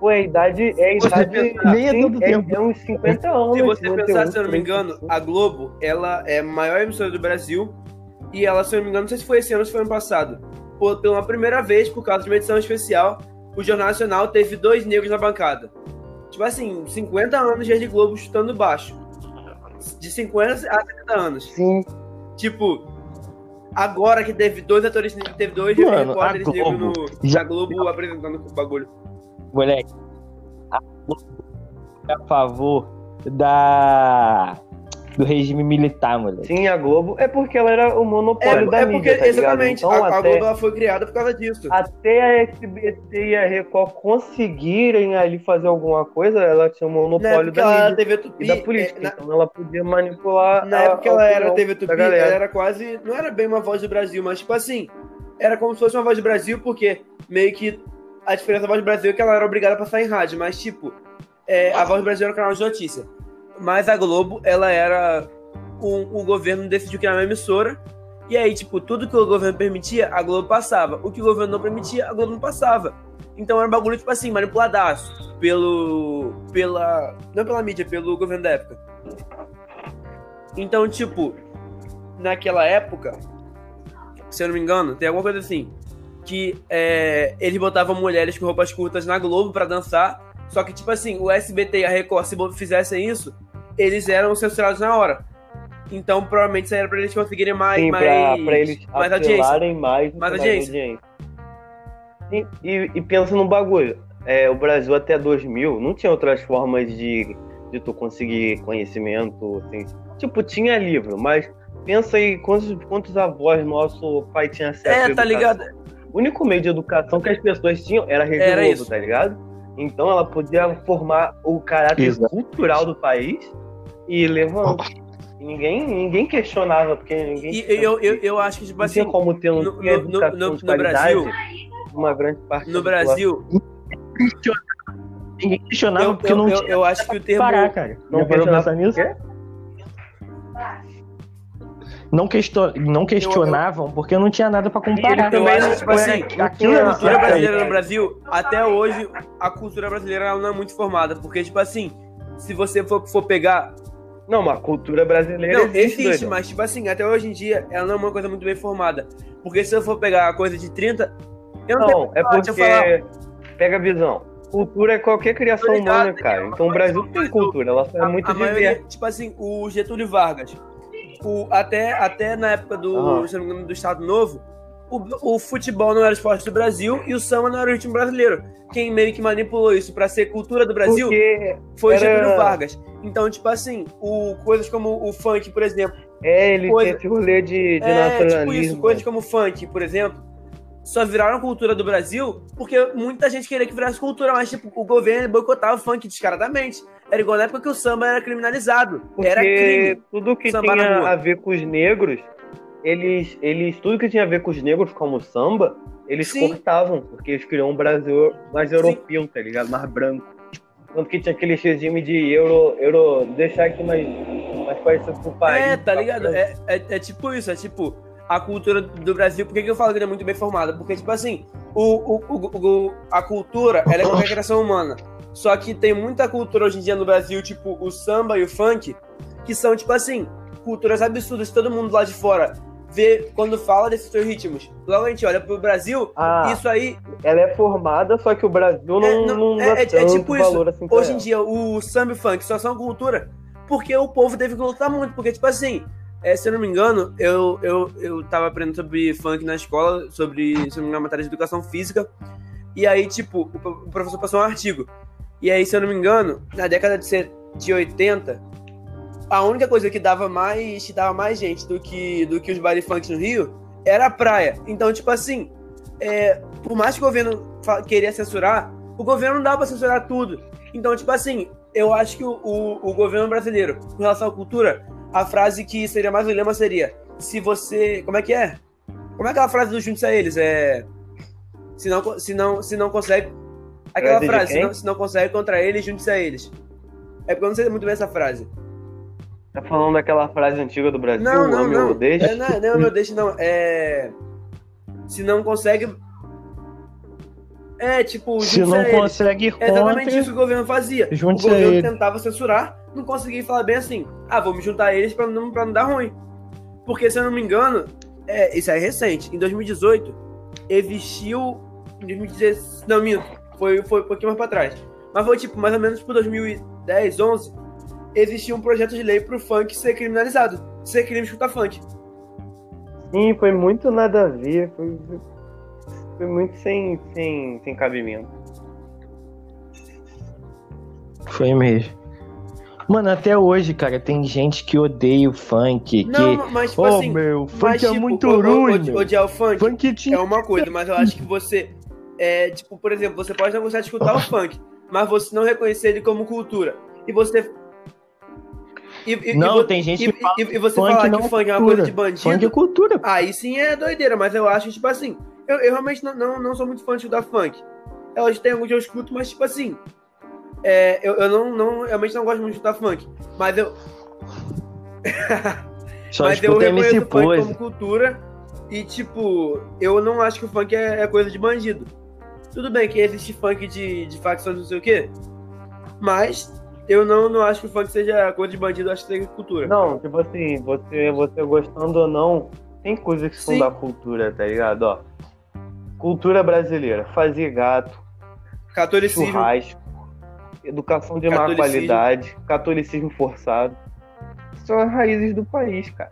[SPEAKER 3] foi a idade, é a
[SPEAKER 2] Se você
[SPEAKER 3] idade
[SPEAKER 2] pensar-
[SPEAKER 1] Nem é tanto
[SPEAKER 3] é,
[SPEAKER 1] tempo.
[SPEAKER 3] é uns 50 anos.
[SPEAKER 2] se você
[SPEAKER 3] 51,
[SPEAKER 2] pensar, se eu não me
[SPEAKER 3] 50.
[SPEAKER 2] engano, a Globo, ela é a maior emissora do Brasil. E ela, se eu não me engano, não sei se foi esse ano ou se foi ano passado. Pô, Pela primeira vez, por causa de uma edição especial, o Jornal Nacional teve dois negros na bancada. Tipo assim, 50 anos de Rede Globo chutando baixo. De 50 a 70 anos.
[SPEAKER 3] Sim,
[SPEAKER 2] Tipo, agora que teve dois atores negros, teve dois
[SPEAKER 1] Mano,
[SPEAKER 2] repórteres
[SPEAKER 1] a
[SPEAKER 2] negros
[SPEAKER 1] Globo
[SPEAKER 2] no,
[SPEAKER 1] já-
[SPEAKER 2] da Globo apresentando o bagulho.
[SPEAKER 1] Moleque, a Globo é a favor da... do regime militar, moleque.
[SPEAKER 3] Sim, a Globo. É porque ela era o
[SPEAKER 2] É,
[SPEAKER 3] monopólio da
[SPEAKER 2] é
[SPEAKER 3] mídia,
[SPEAKER 2] porque,
[SPEAKER 3] tá ligado?
[SPEAKER 2] exatamente,
[SPEAKER 3] Então,
[SPEAKER 2] a, a
[SPEAKER 3] até,
[SPEAKER 2] Globo ela foi criada por causa disso.
[SPEAKER 3] até a SBT e a Record conseguirem ali fazer alguma coisa, ela tinha o
[SPEAKER 2] Na
[SPEAKER 3] monopólio
[SPEAKER 2] época
[SPEAKER 3] da
[SPEAKER 2] ela
[SPEAKER 3] mídia
[SPEAKER 2] era TV Tupi,
[SPEAKER 3] e da política.
[SPEAKER 2] é, na,
[SPEAKER 3] Então ela podia manipular
[SPEAKER 2] na
[SPEAKER 3] a-
[SPEAKER 2] época que
[SPEAKER 3] a
[SPEAKER 2] ela era
[SPEAKER 3] opinião.
[SPEAKER 2] TV Tupi, ela
[SPEAKER 3] galera.
[SPEAKER 2] era quase, não era bem uma voz do Brasil, mas tipo assim, era como se fosse uma voz do Brasil, porque meio que a diferença da voz do Brasil é que ela era obrigada a passar em rádio, mas tipo, é, a voz do Brasil era um canal de notícia. Mas a Globo, ela era, um, o governo decidiu criar uma emissora, e aí tipo, tudo que o governo permitia, a Globo passava, o que o governo não permitia, a Globo não passava. Então era um bagulho, tipo assim, manipuladaço pelo. pela. Não pela mídia, pelo governo da época. Então, tipo, naquela época, se eu não me engano, tem alguma coisa assim. Que é, eles botavam mulheres com roupas curtas na Globo pra dançar. Só que, tipo assim, o SBT e a Record, se bo- fizessem isso, eles eram censurados na hora. Então, provavelmente, isso era pra eles conseguirem mais.
[SPEAKER 3] Sim,
[SPEAKER 2] mais
[SPEAKER 3] pra, pra eles
[SPEAKER 2] mais audiência.
[SPEAKER 3] apelarem mais,
[SPEAKER 2] Mais
[SPEAKER 3] mais
[SPEAKER 2] audiência.
[SPEAKER 3] audiência. E, e- e pensa num bagulho. É, o Brasil até 2000 não tinha outras formas de, de tu conseguir conhecimento. assim. Tipo, tinha livro, mas pensa aí quantos, quantos avós nosso pai tinha acesso. à
[SPEAKER 2] É, tá
[SPEAKER 3] educação.
[SPEAKER 2] ligado?
[SPEAKER 3] O único meio de educação que as pessoas tinham era a Rede
[SPEAKER 2] Era
[SPEAKER 3] Globo,
[SPEAKER 2] isso.
[SPEAKER 3] tá ligado? Então ela podia formar o caráter
[SPEAKER 1] Exato.
[SPEAKER 3] cultural do país e levando. E ninguém, ninguém questionava, porque ninguém.
[SPEAKER 2] E eu, eu, eu acho que, tipo
[SPEAKER 3] não tinha
[SPEAKER 2] assim,
[SPEAKER 3] como ter um
[SPEAKER 2] no-
[SPEAKER 3] ter
[SPEAKER 2] no- no-
[SPEAKER 3] educação
[SPEAKER 2] no-
[SPEAKER 3] de
[SPEAKER 2] no
[SPEAKER 3] qualidade
[SPEAKER 2] Brasil-
[SPEAKER 3] uma grande parte
[SPEAKER 2] no
[SPEAKER 3] da população.
[SPEAKER 2] Brasil,
[SPEAKER 1] Ninguém questionava
[SPEAKER 2] eu,
[SPEAKER 1] porque
[SPEAKER 2] eu,
[SPEAKER 1] não
[SPEAKER 2] eu,
[SPEAKER 1] tinha
[SPEAKER 2] eu acho que o
[SPEAKER 1] que
[SPEAKER 2] termo.
[SPEAKER 1] parar, cara.
[SPEAKER 3] Não
[SPEAKER 1] Já parou pra
[SPEAKER 3] questionava
[SPEAKER 1] pensar nisso?
[SPEAKER 3] quê?
[SPEAKER 1] Não, question... não questionavam porque não tinha nada pra comparar.
[SPEAKER 2] Eu acho que,
[SPEAKER 1] Era-
[SPEAKER 2] tipo assim,
[SPEAKER 3] É,
[SPEAKER 1] aquilo
[SPEAKER 2] a
[SPEAKER 1] era um
[SPEAKER 2] cultura
[SPEAKER 1] certo.
[SPEAKER 2] brasileira no Brasil, até hoje, a cultura brasileira ela não é muito formada. Porque, tipo assim, se você for, for pegar.
[SPEAKER 3] Não, mas a cultura brasileira
[SPEAKER 2] Não,
[SPEAKER 3] existe,
[SPEAKER 2] existe,
[SPEAKER 3] doidão.
[SPEAKER 2] mas, tipo assim, até hoje em dia, ela não é uma coisa muito bem formada. Porque se eu for pegar a coisa de 30. Eu não,
[SPEAKER 3] Não, é
[SPEAKER 2] deixa eu falar.
[SPEAKER 3] porque. Pega a visão. Cultura é qualquer criação
[SPEAKER 2] Tô ligado, né?
[SPEAKER 3] humana, cara. Então o Brasil tem
[SPEAKER 2] mas o-
[SPEAKER 3] cultura, ela só é
[SPEAKER 2] a-
[SPEAKER 3] muito
[SPEAKER 2] a
[SPEAKER 3] diversa.
[SPEAKER 2] maioria, tipo assim, o Getúlio Vargas. O, até, até na época do,
[SPEAKER 3] Aham.
[SPEAKER 2] se não me engano, do Estado Novo, o, o futebol não era esporte do Brasil e o samba não era o ritmo brasileiro. Quem meio que manipulou isso pra ser cultura do Brasil
[SPEAKER 3] Porque
[SPEAKER 2] foi o
[SPEAKER 3] era-
[SPEAKER 2] Getúlio Vargas. Então, tipo assim, o, coisas como o funk, por exemplo.
[SPEAKER 3] é, ele
[SPEAKER 2] Coisa-
[SPEAKER 3] tem esse rolê de, de
[SPEAKER 2] É, tipo
[SPEAKER 3] naturalismo.
[SPEAKER 2] isso, coisas como o funk, por exemplo, só viraram cultura do Brasil porque muita gente queria que virasse cultura, mas tipo, o governo boicotava o funk descaradamente. Era igual na época que o samba era criminalizado.
[SPEAKER 3] Porque
[SPEAKER 2] Era crime.
[SPEAKER 3] tudo que
[SPEAKER 2] Samba na
[SPEAKER 3] tinha
[SPEAKER 2] rua.
[SPEAKER 3] a ver com os negros, eles, eles. Tudo que tinha a ver com os negros, como samba, Eles
[SPEAKER 2] Sim.
[SPEAKER 3] cortavam, porque eles queriam um Brasil mais europeu, tá ligado? Mais branco. Tanto que tinha aquele regime de euro, euro deixar aqui mais, mais parecido com o país.
[SPEAKER 2] É, tá
[SPEAKER 3] pra
[SPEAKER 2] ligado?
[SPEAKER 3] Brasil.
[SPEAKER 2] É, é, é tipo isso, é tipo a cultura do Brasil. Por que, que eu falo que ele é muito bem formada? Porque, tipo assim, o, o- o- o- a cultura ela é qualquer criação humana. Só que tem muita cultura hoje em dia no Brasil, tipo o samba e o funk, que são, tipo assim, culturas absurdas. Todo mundo lá de fora vê quando fala desses seus ritmos. Logo a gente olha pro Brasil,
[SPEAKER 3] Ah,
[SPEAKER 2] isso aí
[SPEAKER 3] ela é formada, só que o Brasil não,
[SPEAKER 2] É,
[SPEAKER 3] não,
[SPEAKER 2] não, é-
[SPEAKER 3] dá
[SPEAKER 2] é- é
[SPEAKER 3] tanto
[SPEAKER 2] tipo isso.
[SPEAKER 3] valor assim pra
[SPEAKER 2] hoje em
[SPEAKER 3] ela.
[SPEAKER 2] dia o samba e o funk só são cultura porque o povo teve que lutar muito. Porque, tipo assim, é, se eu não me engano, eu, eu, eu tava aprendendo sobre funk na escola, sobre, se eu não me engano, matéria de educação física. E aí, tipo, o, pro- o professor passou um artigo. E aí, se eu não me engano, na década de, se- de 80, a única coisa que dava mais, que dava mais gente do que, do que os baile funk no Rio era a praia. Então, tipo assim, é, por mais que o governo fa- queria censurar, o governo não dá pra censurar tudo. Então, tipo assim, eu acho que o, o, o governo brasileiro, com relação à cultura, a frase que seria mais o lema seria: se você. Como é que é? Como é aquela frase do Juntos a eles? É. Se não, co- se não, se não consegue. Aquela
[SPEAKER 3] Frase de
[SPEAKER 2] frase, se
[SPEAKER 3] quem?
[SPEAKER 2] não, se não consegue contra eles, junte-se a eles. É porque eu não sei muito bem essa frase.
[SPEAKER 3] Tá falando daquela frase antiga do Brasil,
[SPEAKER 2] Não, não,
[SPEAKER 3] ame ou
[SPEAKER 2] não.
[SPEAKER 3] deixe?
[SPEAKER 2] É, não, é- não, meu deixa não. É. Se não consegue. É, tipo,
[SPEAKER 1] Se
[SPEAKER 2] junte-se
[SPEAKER 1] não
[SPEAKER 2] a eles.
[SPEAKER 1] consegue
[SPEAKER 2] É exatamente isso
[SPEAKER 1] contra,
[SPEAKER 2] que o governo fazia. O
[SPEAKER 1] junte-se a
[SPEAKER 2] governo
[SPEAKER 1] ele.
[SPEAKER 2] tentava censurar, não conseguia falar bem assim. Ah, vou me juntar a eles pra não, pra não dar ruim. Porque, se eu não me engano, é, isso aí é recente. Em 2018, existiu. Em 2016. Não, minto. Foi, foi um pouquinho mais pra trás. Mas foi tipo, mais ou menos por 2010, 11, existia um projeto de lei pro funk ser criminalizado. Ser crime escutar funk.
[SPEAKER 3] Sim, foi muito nada a ver. Foi, foi muito sem, sem, sem cabimento.
[SPEAKER 1] Foi mesmo. Mano, até hoje, cara, tem gente que odeia o funk.
[SPEAKER 2] Não,
[SPEAKER 1] que...
[SPEAKER 2] mas tipo assim.
[SPEAKER 1] meu, é
[SPEAKER 2] mas, tipo, o- o- o- Odiar o funk.
[SPEAKER 1] Funk tinha.
[SPEAKER 2] é uma coisa, mas eu acho que você. É, tipo, por exemplo, você pode não gostar de escutar o funk, mas você não reconhecer ele como cultura. E você. E, e- e
[SPEAKER 1] Não,
[SPEAKER 2] vo-
[SPEAKER 1] tem gente
[SPEAKER 2] e,
[SPEAKER 1] que fala.
[SPEAKER 2] e- e você
[SPEAKER 1] funk
[SPEAKER 2] falar que
[SPEAKER 1] não
[SPEAKER 2] o funk é uma
[SPEAKER 1] cultura.
[SPEAKER 2] coisa de
[SPEAKER 1] Funk é
[SPEAKER 2] bandido,
[SPEAKER 1] cultura.
[SPEAKER 2] aí sim é doideira, mas eu acho, tipo assim, eu, eu realmente não, não, não sou muito fã de escutar funk. Eu acho que tem alguns que eu escuto, mas tipo assim, é, eu, eu não, não, realmente não gosto muito de escutar funk, mas eu,
[SPEAKER 1] Só
[SPEAKER 2] mas eu
[SPEAKER 1] escuta
[SPEAKER 2] reconheço
[SPEAKER 1] MC
[SPEAKER 2] o funk
[SPEAKER 1] Pose.
[SPEAKER 2] como cultura e, tipo, eu não acho que o funk é, é coisa de bandido. Tudo bem que existe funk de, de facções, não sei o quê, mas eu não, não acho que o funk seja coisa de bandido, eu acho que seja cultura.
[SPEAKER 3] Não, tipo assim, você, você gostando ou não, tem coisas que são
[SPEAKER 2] Sim.
[SPEAKER 3] da cultura, tá ligado? Ó, cultura brasileira, fazer gato,
[SPEAKER 2] Catolicismo,
[SPEAKER 3] churrasco, educação de má
[SPEAKER 2] Catolicismo.
[SPEAKER 3] qualidade, catolicismo forçado. São as raízes do país, cara.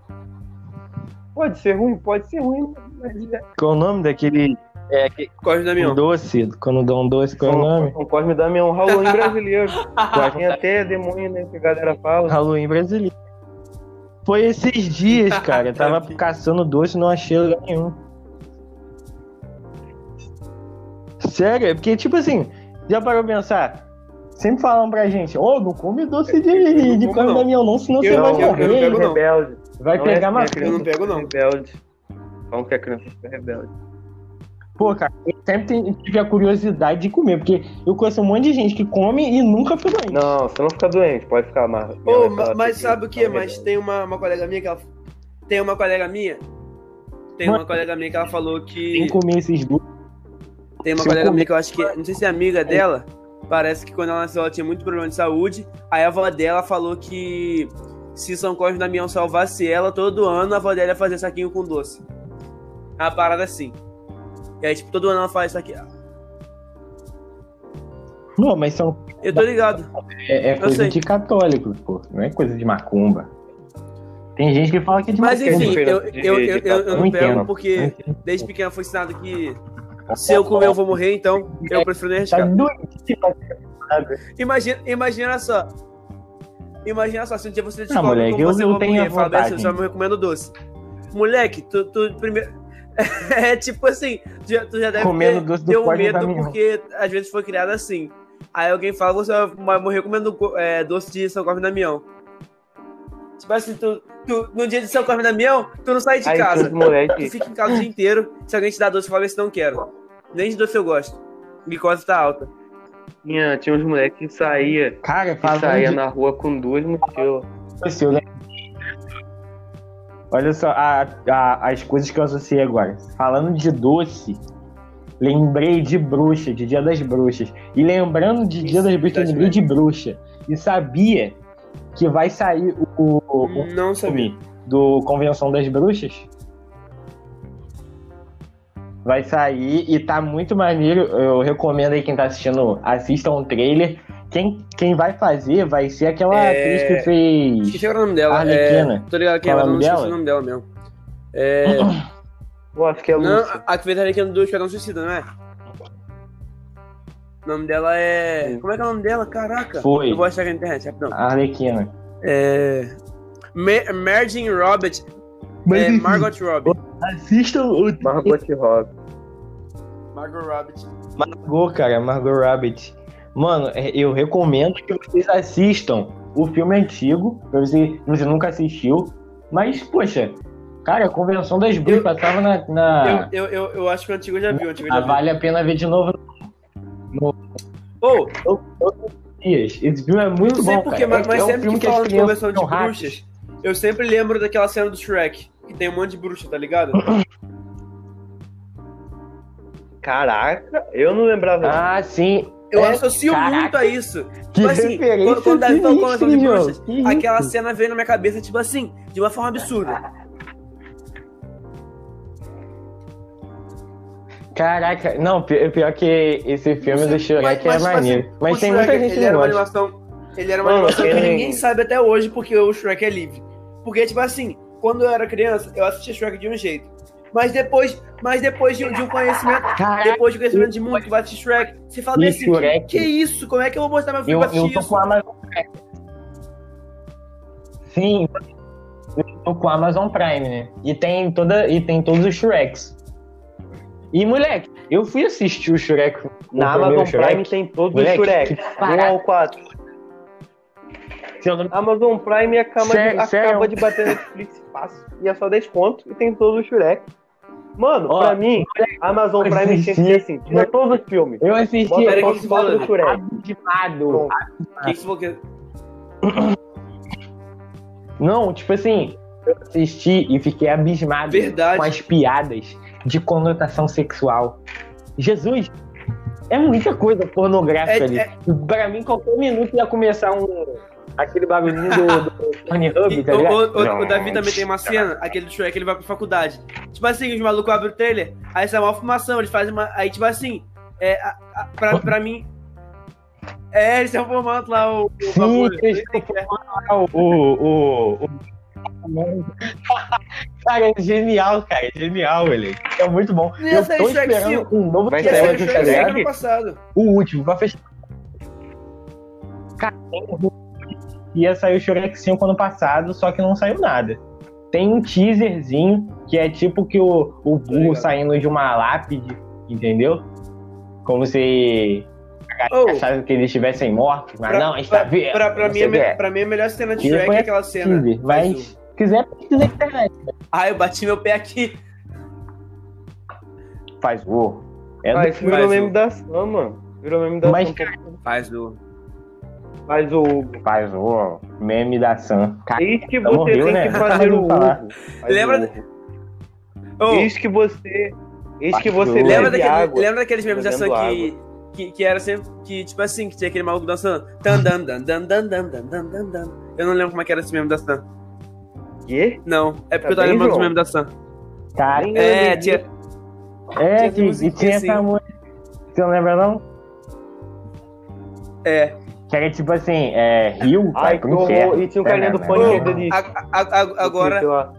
[SPEAKER 3] Pode ser ruim, pode ser ruim, mas é.
[SPEAKER 1] Qual o nome daquele. É, aquele
[SPEAKER 2] Cosme Damião.
[SPEAKER 1] doce. Quando dá um doce, qual é o nome?
[SPEAKER 3] São, são Cosme Damião, Halloween brasileiro. Tem até demônio, né, que a galera fala.
[SPEAKER 1] Halloween brasileiro. Foi esses dias, cara. Eu tava caçando doce e não achei lugar nenhum. Sério, é porque, tipo assim, já parou pra pensar? Sempre falam pra gente, ô, não come doce de,
[SPEAKER 2] não
[SPEAKER 1] de
[SPEAKER 2] como,
[SPEAKER 1] Cosme
[SPEAKER 2] não.
[SPEAKER 1] Damião, não, senão você
[SPEAKER 2] Eu
[SPEAKER 1] vai
[SPEAKER 2] não, eu não
[SPEAKER 1] morrer.
[SPEAKER 2] pego, não.
[SPEAKER 3] rebelde.
[SPEAKER 1] Vai
[SPEAKER 3] Não é
[SPEAKER 1] pegar
[SPEAKER 3] assim,
[SPEAKER 1] uma
[SPEAKER 3] a criança
[SPEAKER 2] Eu não pego, não.
[SPEAKER 3] Rebelde. Falam que a criança fica rebelde.
[SPEAKER 1] Pô, cara, eu sempre ten- tive a curiosidade de comer, porque eu conheço um monte de gente que come e nunca foi doente.
[SPEAKER 3] Não, você não fica doente, pode ficar amargo.
[SPEAKER 2] Ô, ma- mas, sabe o que? Mas tem uma, uma colega minha que ela. Tem uma colega minha. Tem uma colega minha que ela falou
[SPEAKER 1] Quem
[SPEAKER 2] que.
[SPEAKER 1] comer esses doces.
[SPEAKER 2] Tem uma
[SPEAKER 1] Se eu
[SPEAKER 2] colega
[SPEAKER 1] comer-
[SPEAKER 2] minha que eu acho que. Não sei se é amiga dela. Parece que quando ela nasceu, ela tinha muito problema de saúde. Aí a avó dela falou que se São Cosme e Damião salvasse ela, todo ano a avó dela ia fazer saquinho com doce. A parada assim. E aí, tipo, todo ano ela faz saquinho.
[SPEAKER 1] Não, mas são,
[SPEAKER 2] Eu tô ligado.
[SPEAKER 1] é, é coisa
[SPEAKER 2] sei.
[SPEAKER 1] de católico, pô. Não é coisa de macumba. Tem gente que fala que é de
[SPEAKER 2] Mas
[SPEAKER 1] macumba.
[SPEAKER 2] enfim, eu, eu, eu, eu, eu não
[SPEAKER 1] Não
[SPEAKER 2] pego
[SPEAKER 1] entendo.
[SPEAKER 2] porque desde pequeno foi ensinado que se eu comer eu vou morrer, então eu prefiro nem
[SPEAKER 1] Tá
[SPEAKER 2] arriscar.
[SPEAKER 1] doente. tá-
[SPEAKER 2] Imagina, imagina só. Imagina só, se um dia você
[SPEAKER 1] Ah, moleque, eu- eu tenho a
[SPEAKER 2] fala bem assim,
[SPEAKER 1] vontade.
[SPEAKER 2] só me recomendo doce. Moleque, tu, tu primeiro. é tipo assim, tu já, tu já deve
[SPEAKER 1] Comendo
[SPEAKER 2] ter,
[SPEAKER 1] doce do
[SPEAKER 2] ter um
[SPEAKER 1] Cosme
[SPEAKER 2] medo
[SPEAKER 1] Damião.
[SPEAKER 2] porque às vezes foi criado assim. Aí alguém fala, você vai morrer comendo é, doce de São Cosme e Damião. Tipo assim, tu, tu, no dia de São Corme Damião, tu não sai de
[SPEAKER 3] Aí,
[SPEAKER 2] casa.
[SPEAKER 3] todo moleque.
[SPEAKER 2] Tu fica em casa o dia inteiro. Se alguém te dá doce, tu fala, esse não quero. Nem de doce eu gosto. Glicose tá alta.
[SPEAKER 3] Tinha, tinha uns moleques que saía,
[SPEAKER 1] Cara,
[SPEAKER 3] que saía
[SPEAKER 1] falando
[SPEAKER 3] na rua com duas mochilas.
[SPEAKER 1] disso, eu lembro. Olha só a- a- as coisas que eu associei agora. Falando de doce, lembrei de bruxa, de Dia das Bruxas. E lembrando de Dia das Bruxas, eu lembrei de bruxa. E sabia que vai sair o, o, o
[SPEAKER 2] Não sabia.
[SPEAKER 1] filme do Convenção das Bruxas. Vai sair e tá muito maneiro. Eu recomendo aí quem tá assistindo, assista um trailer. Quem, quem vai fazer vai ser aquela
[SPEAKER 2] É,
[SPEAKER 1] atriz que fez.
[SPEAKER 2] Esqueci agora o nome dela. É,
[SPEAKER 1] Arlequina.
[SPEAKER 2] tô ligado quem é,
[SPEAKER 1] Qual é o
[SPEAKER 2] mas não
[SPEAKER 1] nome
[SPEAKER 2] esqueci
[SPEAKER 1] dela?
[SPEAKER 2] o nome dela mesmo. É,
[SPEAKER 3] Pô, acho
[SPEAKER 1] um
[SPEAKER 3] que é
[SPEAKER 2] não,
[SPEAKER 3] Lúcia.
[SPEAKER 2] a- a que fez Arlequina 2, que é um suicida, não é? O nome dela é... Como é que é o nome dela? Caraca.
[SPEAKER 1] Foi.
[SPEAKER 2] Eu vou achar aqui na internet, rapidão.
[SPEAKER 1] A Arlequina.
[SPEAKER 2] É... Ma- Margin Robert. é, Margot Robbie.
[SPEAKER 1] assistam o
[SPEAKER 3] Margot Robbie.
[SPEAKER 2] Margot Robbie.
[SPEAKER 1] Margot, cara, Margot Rabbit. Mano, é, eu recomendo que vocês assistam o filme antigo, pra você, você nunca assistiu. Mas, poxa, cara, a Convenção das Bruxas passava na. na...
[SPEAKER 2] Eu, eu, eu, eu acho que o antigo eu já viu, o antigo eu
[SPEAKER 1] Ah,
[SPEAKER 2] já viu.
[SPEAKER 1] vale a pena ver de novo
[SPEAKER 2] Ou,
[SPEAKER 1] dias. Esse filme é muito
[SPEAKER 2] não sei
[SPEAKER 1] bom,
[SPEAKER 2] porquê,
[SPEAKER 1] cara.
[SPEAKER 2] mas, mas
[SPEAKER 1] é um
[SPEAKER 2] sempre
[SPEAKER 1] filme
[SPEAKER 2] que
[SPEAKER 1] as
[SPEAKER 2] falam de
[SPEAKER 1] crianças
[SPEAKER 2] convenção de
[SPEAKER 1] são hackers.
[SPEAKER 2] bruxas, eu sempre lembro daquela cena do Shrek, que tem um monte de bruxa, tá ligado?
[SPEAKER 3] Caraca, eu não lembrava.
[SPEAKER 1] Ah, sim.
[SPEAKER 2] Eu
[SPEAKER 1] É,
[SPEAKER 2] associo
[SPEAKER 1] caraca.
[SPEAKER 2] muito a isso.
[SPEAKER 1] Que
[SPEAKER 2] Mas, assim,
[SPEAKER 1] referência
[SPEAKER 2] quando- quando dá- quando
[SPEAKER 1] sinistra,
[SPEAKER 2] conversa de
[SPEAKER 1] hein,
[SPEAKER 2] bruxas,
[SPEAKER 1] João? Que
[SPEAKER 2] Aquela
[SPEAKER 1] isso?
[SPEAKER 2] cena veio na minha cabeça, tipo assim, de uma forma absurda.
[SPEAKER 1] Caraca, não, pi- pior que esse filme do Shrek é
[SPEAKER 2] tipo assim,
[SPEAKER 1] maneiro. mas
[SPEAKER 2] o
[SPEAKER 1] tem
[SPEAKER 2] Shrek,
[SPEAKER 1] muita gente
[SPEAKER 2] ele
[SPEAKER 1] que
[SPEAKER 2] era
[SPEAKER 1] não
[SPEAKER 2] uma
[SPEAKER 1] gosta.
[SPEAKER 2] animação, Ele era uma
[SPEAKER 3] Mano,
[SPEAKER 2] animação que
[SPEAKER 3] ele-
[SPEAKER 2] ninguém sabe até hoje porque o Shrek é livre. Porque, tipo assim, quando eu era criança, eu assistia Shrek de um jeito. Mas depois, mas depois de, de um conhecimento
[SPEAKER 1] Caraca,
[SPEAKER 2] Depois do conhecimento de mundo, tu vai assistir Shrek. Você fala
[SPEAKER 1] E
[SPEAKER 2] bem assim,
[SPEAKER 1] Shrek?
[SPEAKER 2] que isso? Como é que eu vou mostrar meu filho
[SPEAKER 1] eu,
[SPEAKER 2] pra
[SPEAKER 1] eu
[SPEAKER 2] assistir
[SPEAKER 1] tô
[SPEAKER 2] isso?
[SPEAKER 1] com a Amazon Prime. Sim, eu tô com a Amazon Prime, né? E tem, toda, e tem todos os Shreks. E, moleque, eu fui assistir o Shrek. o
[SPEAKER 3] Na
[SPEAKER 1] primeiro
[SPEAKER 3] Amazon
[SPEAKER 1] Shrek.
[SPEAKER 3] Prime tem todos os
[SPEAKER 1] Moleque,
[SPEAKER 3] Shrek.
[SPEAKER 1] que
[SPEAKER 3] 1
[SPEAKER 1] parada.
[SPEAKER 3] ao 4.
[SPEAKER 1] Se eu não
[SPEAKER 3] Amazon Prime acaba,
[SPEAKER 1] Sério,
[SPEAKER 3] de,
[SPEAKER 1] sério?
[SPEAKER 3] acaba de bater Netflix fácil. E é só 10 conto e tem todos os Shrek. Mano,
[SPEAKER 1] Ó,
[SPEAKER 3] pra mim, Amazon
[SPEAKER 1] eu
[SPEAKER 3] Prime tinha que ser assim. Tinha todos os filmes.
[SPEAKER 1] Eu assisti
[SPEAKER 3] Bota
[SPEAKER 2] Peraí,
[SPEAKER 3] todos
[SPEAKER 2] que
[SPEAKER 3] os
[SPEAKER 2] eu
[SPEAKER 3] quatro
[SPEAKER 2] tô
[SPEAKER 3] Shrek.
[SPEAKER 1] abdicado.
[SPEAKER 2] Que isso, porque-
[SPEAKER 1] Não, tipo assim, eu assisti e fiquei abismado
[SPEAKER 2] Verdade.
[SPEAKER 1] com as piadas de conotação sexual. Jesus, é muita coisa pornográfica
[SPEAKER 2] É-
[SPEAKER 1] ali.
[SPEAKER 2] é-
[SPEAKER 1] Pra mim, qualquer minuto ia começar um. aquele barulhinho do, do Tony Hub,
[SPEAKER 2] E
[SPEAKER 1] tá
[SPEAKER 2] o,
[SPEAKER 1] ligado?
[SPEAKER 2] o- o-
[SPEAKER 3] Não.
[SPEAKER 2] o Davi também tem uma cena, aquele do Shrek, ele vai pra faculdade. Tipo assim, os malucos abrem o trailer, aí sai uma fumação, eles fazem uma. Aí, tipo assim, é, a- a- pra, pra mim. É, eles estão formando lá o, o
[SPEAKER 1] Sim, eles estão Ah, o, o, o, o... Cara, é genial, cara. É genial, ele. É muito bom.
[SPEAKER 2] Não,
[SPEAKER 1] eu
[SPEAKER 2] essa aí,
[SPEAKER 1] tô
[SPEAKER 2] Shrek
[SPEAKER 1] esperando um novo
[SPEAKER 3] Vai
[SPEAKER 2] Ia
[SPEAKER 3] sair
[SPEAKER 1] trailer do
[SPEAKER 2] ser é o
[SPEAKER 3] hoje,
[SPEAKER 2] Shrek
[SPEAKER 3] tá
[SPEAKER 1] Shrek.
[SPEAKER 2] ano passado.
[SPEAKER 1] O último, vai fechar. Cara, tem um rumor que ia sair o Shrek 5 ano passado, só que não saiu nada. Tem um teaserzinho que é tipo que o, o burro
[SPEAKER 2] ligado.
[SPEAKER 1] saindo de uma lápide, entendeu? Como se
[SPEAKER 2] Oh,
[SPEAKER 1] achasse que eles estivessem mortos, mas
[SPEAKER 2] pra-
[SPEAKER 1] não, a gente tá vendo.
[SPEAKER 2] pra, pra, mim,
[SPEAKER 1] é
[SPEAKER 2] a me- pra mim, a melhor cena de
[SPEAKER 1] Isso
[SPEAKER 2] Shrek
[SPEAKER 1] foi
[SPEAKER 2] é aquela cena.
[SPEAKER 1] teaser,
[SPEAKER 2] Azul.
[SPEAKER 1] mas se quiser pesquisa na internet.
[SPEAKER 2] Ah, eu bati meu pé aqui.
[SPEAKER 1] Faz o. É
[SPEAKER 3] Ah,
[SPEAKER 1] do-
[SPEAKER 3] isso virou
[SPEAKER 2] Faz
[SPEAKER 3] meme
[SPEAKER 2] o-
[SPEAKER 3] da Sama. Virou meme da
[SPEAKER 1] Mas,
[SPEAKER 3] Sama.
[SPEAKER 2] Faz do.
[SPEAKER 3] Mas o Hugo.
[SPEAKER 1] Faz o. Meme da Sam. Cara,
[SPEAKER 3] Eis que
[SPEAKER 1] Tamo
[SPEAKER 3] você
[SPEAKER 1] viu,
[SPEAKER 3] tem
[SPEAKER 1] né?
[SPEAKER 3] que fazer o
[SPEAKER 1] Falar.
[SPEAKER 3] Hugo. Faz
[SPEAKER 2] Lembra-
[SPEAKER 3] o Hugo. Eis que você. Eis que você
[SPEAKER 1] Lembra
[SPEAKER 2] Lembra,
[SPEAKER 3] bebe
[SPEAKER 2] daquele,
[SPEAKER 3] água.
[SPEAKER 2] lembra daqueles memes da
[SPEAKER 3] Bebendo
[SPEAKER 2] Sam que,
[SPEAKER 3] água.
[SPEAKER 2] que, que era sempre. Que, tipo assim, que tinha aquele maluco dançando. Dan, dan, dan, dan, dan, dan, dan, dan, dan, dan. Eu não lembro como é que era esse meme da Sam.
[SPEAKER 3] Quê?
[SPEAKER 2] Não, é porque
[SPEAKER 3] Tá
[SPEAKER 2] eu tava
[SPEAKER 3] bem,
[SPEAKER 2] lembrando dos
[SPEAKER 3] João?
[SPEAKER 2] memes da Sam.
[SPEAKER 1] cara
[SPEAKER 3] Nem eu
[SPEAKER 2] É,
[SPEAKER 3] lembro.
[SPEAKER 2] tinha.
[SPEAKER 1] é
[SPEAKER 2] tinha
[SPEAKER 1] que e
[SPEAKER 2] musiquinha
[SPEAKER 1] tinha essa
[SPEAKER 2] assim.
[SPEAKER 1] música. Você não lembra, não?
[SPEAKER 2] É.
[SPEAKER 1] Que era tipo assim, é, Rio vai
[SPEAKER 3] Ai, que
[SPEAKER 1] pro
[SPEAKER 3] horror.
[SPEAKER 1] inferno.
[SPEAKER 3] E tinha o carinha do
[SPEAKER 1] Não,
[SPEAKER 3] fone
[SPEAKER 1] não,
[SPEAKER 3] que
[SPEAKER 1] não.
[SPEAKER 3] ele-
[SPEAKER 2] A- a- a- agora,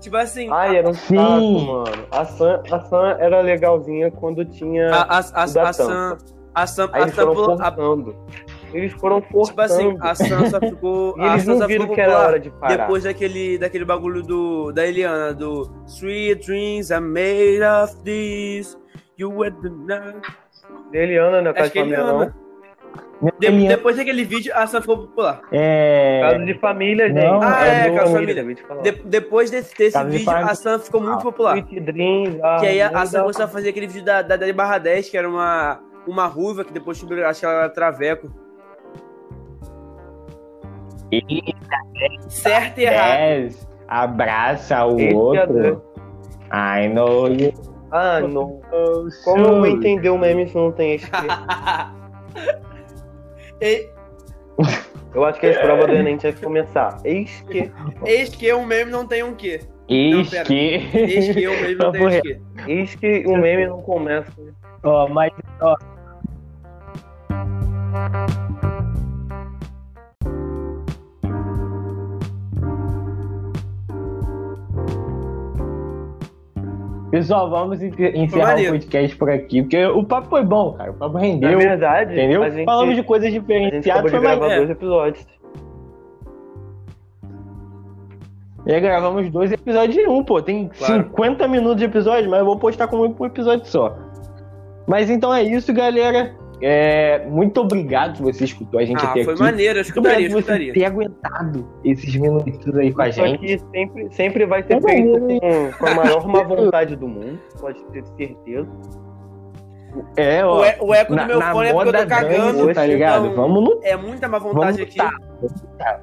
[SPEAKER 2] tipo assim,
[SPEAKER 3] Ai, era um
[SPEAKER 1] Sim.
[SPEAKER 3] saco, mano. A Sam, a Sam era legalzinha quando tinha.
[SPEAKER 2] a, a, a,
[SPEAKER 3] o é da
[SPEAKER 2] a Sam. A Sam,
[SPEAKER 3] Aí
[SPEAKER 2] a
[SPEAKER 3] eles
[SPEAKER 2] Sam
[SPEAKER 3] foram
[SPEAKER 2] pulou. a-
[SPEAKER 3] forçando. Eles foram
[SPEAKER 2] Tipo assim,
[SPEAKER 3] forçando.
[SPEAKER 2] a Sam só ficou.
[SPEAKER 3] E
[SPEAKER 2] A
[SPEAKER 3] eles
[SPEAKER 2] Sam
[SPEAKER 3] não
[SPEAKER 2] só
[SPEAKER 3] viram
[SPEAKER 2] ficou
[SPEAKER 3] que era
[SPEAKER 2] popular
[SPEAKER 3] hora de parar.
[SPEAKER 2] depois daquele, daquele bagulho do, da Eliana, do Sweet Dreams are made of this. You were the night.
[SPEAKER 3] Eliana, né?
[SPEAKER 2] Acho
[SPEAKER 3] Faz
[SPEAKER 2] que é Eliana.
[SPEAKER 3] Famelão.
[SPEAKER 2] De- depois daquele vídeo, a ação ficou popular.
[SPEAKER 1] É.
[SPEAKER 3] Caso de família, gente.
[SPEAKER 1] Não,
[SPEAKER 2] Ah, é,
[SPEAKER 3] do-
[SPEAKER 2] caso de
[SPEAKER 3] família,
[SPEAKER 2] família.
[SPEAKER 3] eu ia te falar.
[SPEAKER 2] De- depois desse, desse
[SPEAKER 1] Caso de
[SPEAKER 2] vídeo,
[SPEAKER 1] falar-
[SPEAKER 2] a Sam ficou muito popular.
[SPEAKER 3] Sweet Dreams, ah,
[SPEAKER 2] Que aí a, a
[SPEAKER 3] muda.
[SPEAKER 2] Sam começou a fazer aquele vídeo da, da, da Barra 10, que era uma, uma ruiva, que depois descobriu, acho que ela era traveco. Certo e
[SPEAKER 1] É.
[SPEAKER 2] errado.
[SPEAKER 1] Dez, abraça o
[SPEAKER 3] Esse é doido.
[SPEAKER 1] outro. I know you.
[SPEAKER 3] Ah, não. Como eu vou entender o meme se não tem esse?
[SPEAKER 2] E-
[SPEAKER 3] Eu acho que as provas do Enem tinha que começar. Eis que.
[SPEAKER 2] Eis que um meme não tem um quê.
[SPEAKER 1] Eis
[SPEAKER 2] Não, pera. Eis
[SPEAKER 1] que.
[SPEAKER 2] que um meme não tem um quê.
[SPEAKER 3] Eis que o meme não começa.
[SPEAKER 1] Ó, mas, ó. Pessoal, vamos encer- encerrar o
[SPEAKER 2] maneiro.
[SPEAKER 1] podcast por aqui, porque o papo foi bom, cara. O papo
[SPEAKER 3] Na
[SPEAKER 1] rendeu,
[SPEAKER 3] É verdade,
[SPEAKER 1] entendeu?
[SPEAKER 3] a gente,
[SPEAKER 1] Falamos de coisas
[SPEAKER 3] a gente acabou
[SPEAKER 1] diferenciadas,
[SPEAKER 3] de
[SPEAKER 1] foi mais...
[SPEAKER 3] gravar
[SPEAKER 2] é.
[SPEAKER 3] dois episódios.
[SPEAKER 1] E aí gravamos dois episódios em um, pô. Tem
[SPEAKER 2] Claro.
[SPEAKER 1] 50 minutos de episódio, mas eu vou postar como um episódio só. Mas então é isso, galera. É, muito obrigado se você escutou a gente
[SPEAKER 2] Ah,
[SPEAKER 1] até
[SPEAKER 2] foi
[SPEAKER 1] aqui.
[SPEAKER 2] maneiro, eu
[SPEAKER 1] Muito obrigado
[SPEAKER 2] escutaria, eu
[SPEAKER 1] por
[SPEAKER 2] escutaria.
[SPEAKER 1] você ter aguentado esses minutos aí com a
[SPEAKER 3] Isso
[SPEAKER 1] gente. é
[SPEAKER 3] aqui sempre, sempre vai ser
[SPEAKER 1] Eu não
[SPEAKER 3] feito
[SPEAKER 1] vi.
[SPEAKER 3] com, com a maior má vontade do mundo, pode ter certeza.
[SPEAKER 1] É, ó.
[SPEAKER 2] O, e- o eco
[SPEAKER 1] na,
[SPEAKER 2] do meu
[SPEAKER 1] na
[SPEAKER 2] fone é porque eu
[SPEAKER 1] moda
[SPEAKER 2] tô cagando.
[SPEAKER 1] dança, tá ligado?
[SPEAKER 2] então-
[SPEAKER 1] Vamos no...
[SPEAKER 2] É muita má vontade
[SPEAKER 1] Vamos
[SPEAKER 2] aqui.
[SPEAKER 1] lutar.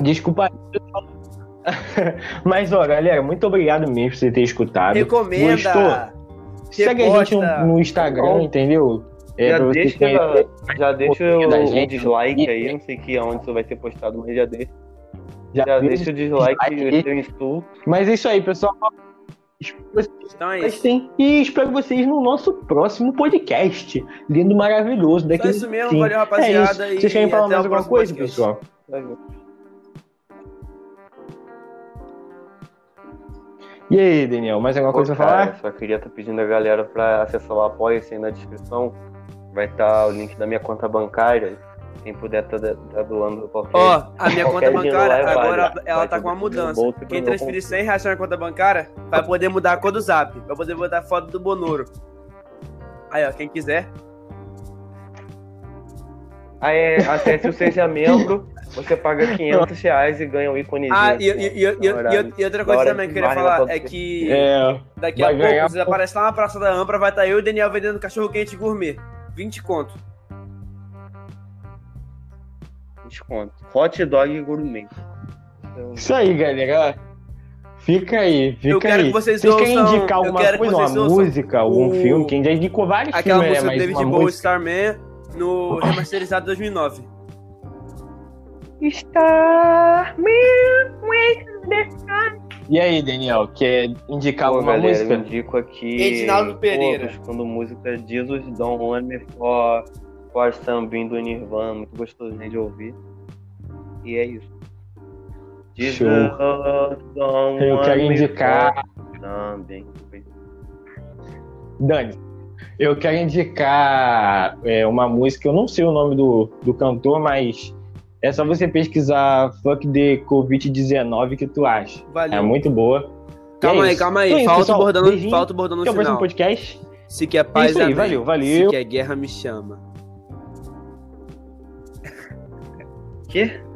[SPEAKER 1] Desculpa aí, pessoal. Mas, ó, galera, muito obrigado mesmo por você ter escutado.
[SPEAKER 2] Recomenda.
[SPEAKER 1] Segue a gente
[SPEAKER 2] gosta.
[SPEAKER 1] no, no Instagram,
[SPEAKER 3] Bom.
[SPEAKER 1] entendeu? É,
[SPEAKER 3] já,
[SPEAKER 1] pra você
[SPEAKER 3] deixa,
[SPEAKER 1] conhecer.
[SPEAKER 3] já deixa
[SPEAKER 1] pouquinho da
[SPEAKER 3] o
[SPEAKER 1] gente.
[SPEAKER 3] dislike aí, não sei que aonde isso vai ser postado, mas já deixa,
[SPEAKER 1] Já
[SPEAKER 3] já
[SPEAKER 1] viu?
[SPEAKER 3] deixa o dislike
[SPEAKER 1] dislike aí.
[SPEAKER 3] e o seu insulto.
[SPEAKER 1] Mas é isso aí, pessoal. Espero que vocês
[SPEAKER 2] Então é isso.
[SPEAKER 1] gostem e espero vocês no nosso próximo podcast. Lindo, maravilhoso. Daqui
[SPEAKER 2] Então é isso mesmo,
[SPEAKER 1] sim.
[SPEAKER 2] valeu,
[SPEAKER 1] É isso.
[SPEAKER 2] rapaziada. e
[SPEAKER 1] Vocês querem falar
[SPEAKER 2] até
[SPEAKER 1] mais
[SPEAKER 2] o
[SPEAKER 1] alguma
[SPEAKER 2] próximo
[SPEAKER 1] coisa,
[SPEAKER 2] podcast.
[SPEAKER 1] pessoal?
[SPEAKER 3] né?
[SPEAKER 1] E aí, Daniel, mais alguma coisa
[SPEAKER 3] Pô,
[SPEAKER 1] pra
[SPEAKER 3] cara,
[SPEAKER 1] falar?
[SPEAKER 3] Só queria estar pedindo a galera pra acessar o Apoia-se aí na descrição. Vai estar o link da minha conta bancária. Quem puder tá, tá doando qualquer.
[SPEAKER 2] Ó, a minha conta
[SPEAKER 3] Qualquer dinheiro
[SPEAKER 2] bancária,
[SPEAKER 3] lá é
[SPEAKER 2] agora
[SPEAKER 3] válido.
[SPEAKER 2] ela
[SPEAKER 3] Vai
[SPEAKER 2] tá
[SPEAKER 3] pro
[SPEAKER 2] com uma
[SPEAKER 3] meu
[SPEAKER 2] mudança.
[SPEAKER 3] bolso e pro
[SPEAKER 2] Quem
[SPEAKER 3] meu
[SPEAKER 2] transferir 100 reais na conta bancária vai poder mudar a cor do Zap. Vai poder botar a foto do Bonoro. Aí, ó, quem quiser.
[SPEAKER 3] Ah, é, acesse o Seja Membro, você paga 500 reais e ganha um íconezinho.
[SPEAKER 2] Ah, e,
[SPEAKER 3] assim, ó,
[SPEAKER 2] e- e- e-
[SPEAKER 3] na hora.
[SPEAKER 2] e- e outra coisa
[SPEAKER 3] hora
[SPEAKER 2] também que eu queria
[SPEAKER 3] demais, né,
[SPEAKER 2] falar
[SPEAKER 3] pra
[SPEAKER 2] é
[SPEAKER 3] você.
[SPEAKER 2] que
[SPEAKER 1] É,
[SPEAKER 2] daqui a
[SPEAKER 1] vai
[SPEAKER 2] pouco
[SPEAKER 1] ganhar
[SPEAKER 2] vocês aparecem lá na Praça da Ampra, vai estar eu e o Daniel vendendo cachorro quente gourmet. 20 conto.
[SPEAKER 3] Desconto. Hot dog gourmet.
[SPEAKER 2] Então,
[SPEAKER 1] isso aí, galera. Fica aí, fica
[SPEAKER 2] Eu quero
[SPEAKER 1] aí.
[SPEAKER 2] que vocês
[SPEAKER 1] querem
[SPEAKER 2] ouçam-
[SPEAKER 1] indicar
[SPEAKER 2] eu
[SPEAKER 1] alguma
[SPEAKER 2] quero que
[SPEAKER 1] coisa, uma
[SPEAKER 2] vocês ouçam
[SPEAKER 1] música, algum
[SPEAKER 2] o-
[SPEAKER 1] filme? Quem já indicou vários
[SPEAKER 2] Aquela
[SPEAKER 1] filmes, né?
[SPEAKER 2] música do
[SPEAKER 1] Mas
[SPEAKER 2] David
[SPEAKER 1] uma
[SPEAKER 2] Bowie,
[SPEAKER 1] música...
[SPEAKER 2] Starman, no remasterizado 2009.
[SPEAKER 3] Está
[SPEAKER 1] E aí, Daniel, quer indicar
[SPEAKER 3] Pô,
[SPEAKER 1] alguma
[SPEAKER 3] galera,
[SPEAKER 1] música?
[SPEAKER 3] eu indico aqui.
[SPEAKER 2] Edinaldo
[SPEAKER 3] pô,
[SPEAKER 2] Pereira.
[SPEAKER 3] Buscando música Jesus Don One for, for Sambin do Nirvana. Muito gostosinho de ouvir. E é isso.
[SPEAKER 1] Show. Eu quero indicar-
[SPEAKER 3] Também.
[SPEAKER 1] Dani, eu quero indicar é, uma música, eu não sei o nome do, do cantor, mas é só você pesquisar Fuck the Covid-19 que tu acha.
[SPEAKER 2] Valeu.
[SPEAKER 1] É muito boa.
[SPEAKER 2] Calma
[SPEAKER 1] É
[SPEAKER 2] aí,
[SPEAKER 1] isso.
[SPEAKER 2] calma
[SPEAKER 1] Então é
[SPEAKER 2] aí.
[SPEAKER 1] isso,
[SPEAKER 2] Falta o
[SPEAKER 1] pessoal.
[SPEAKER 2] bordão,
[SPEAKER 1] Beijinho.
[SPEAKER 2] falta o bordão no
[SPEAKER 1] Até o próximo
[SPEAKER 2] final.
[SPEAKER 1] um podcast.
[SPEAKER 2] Se quer paz,
[SPEAKER 1] É isso aí,
[SPEAKER 2] amém.
[SPEAKER 1] valeu,
[SPEAKER 2] é
[SPEAKER 1] valeu.
[SPEAKER 2] Se quer guerra, me chama.
[SPEAKER 3] Que?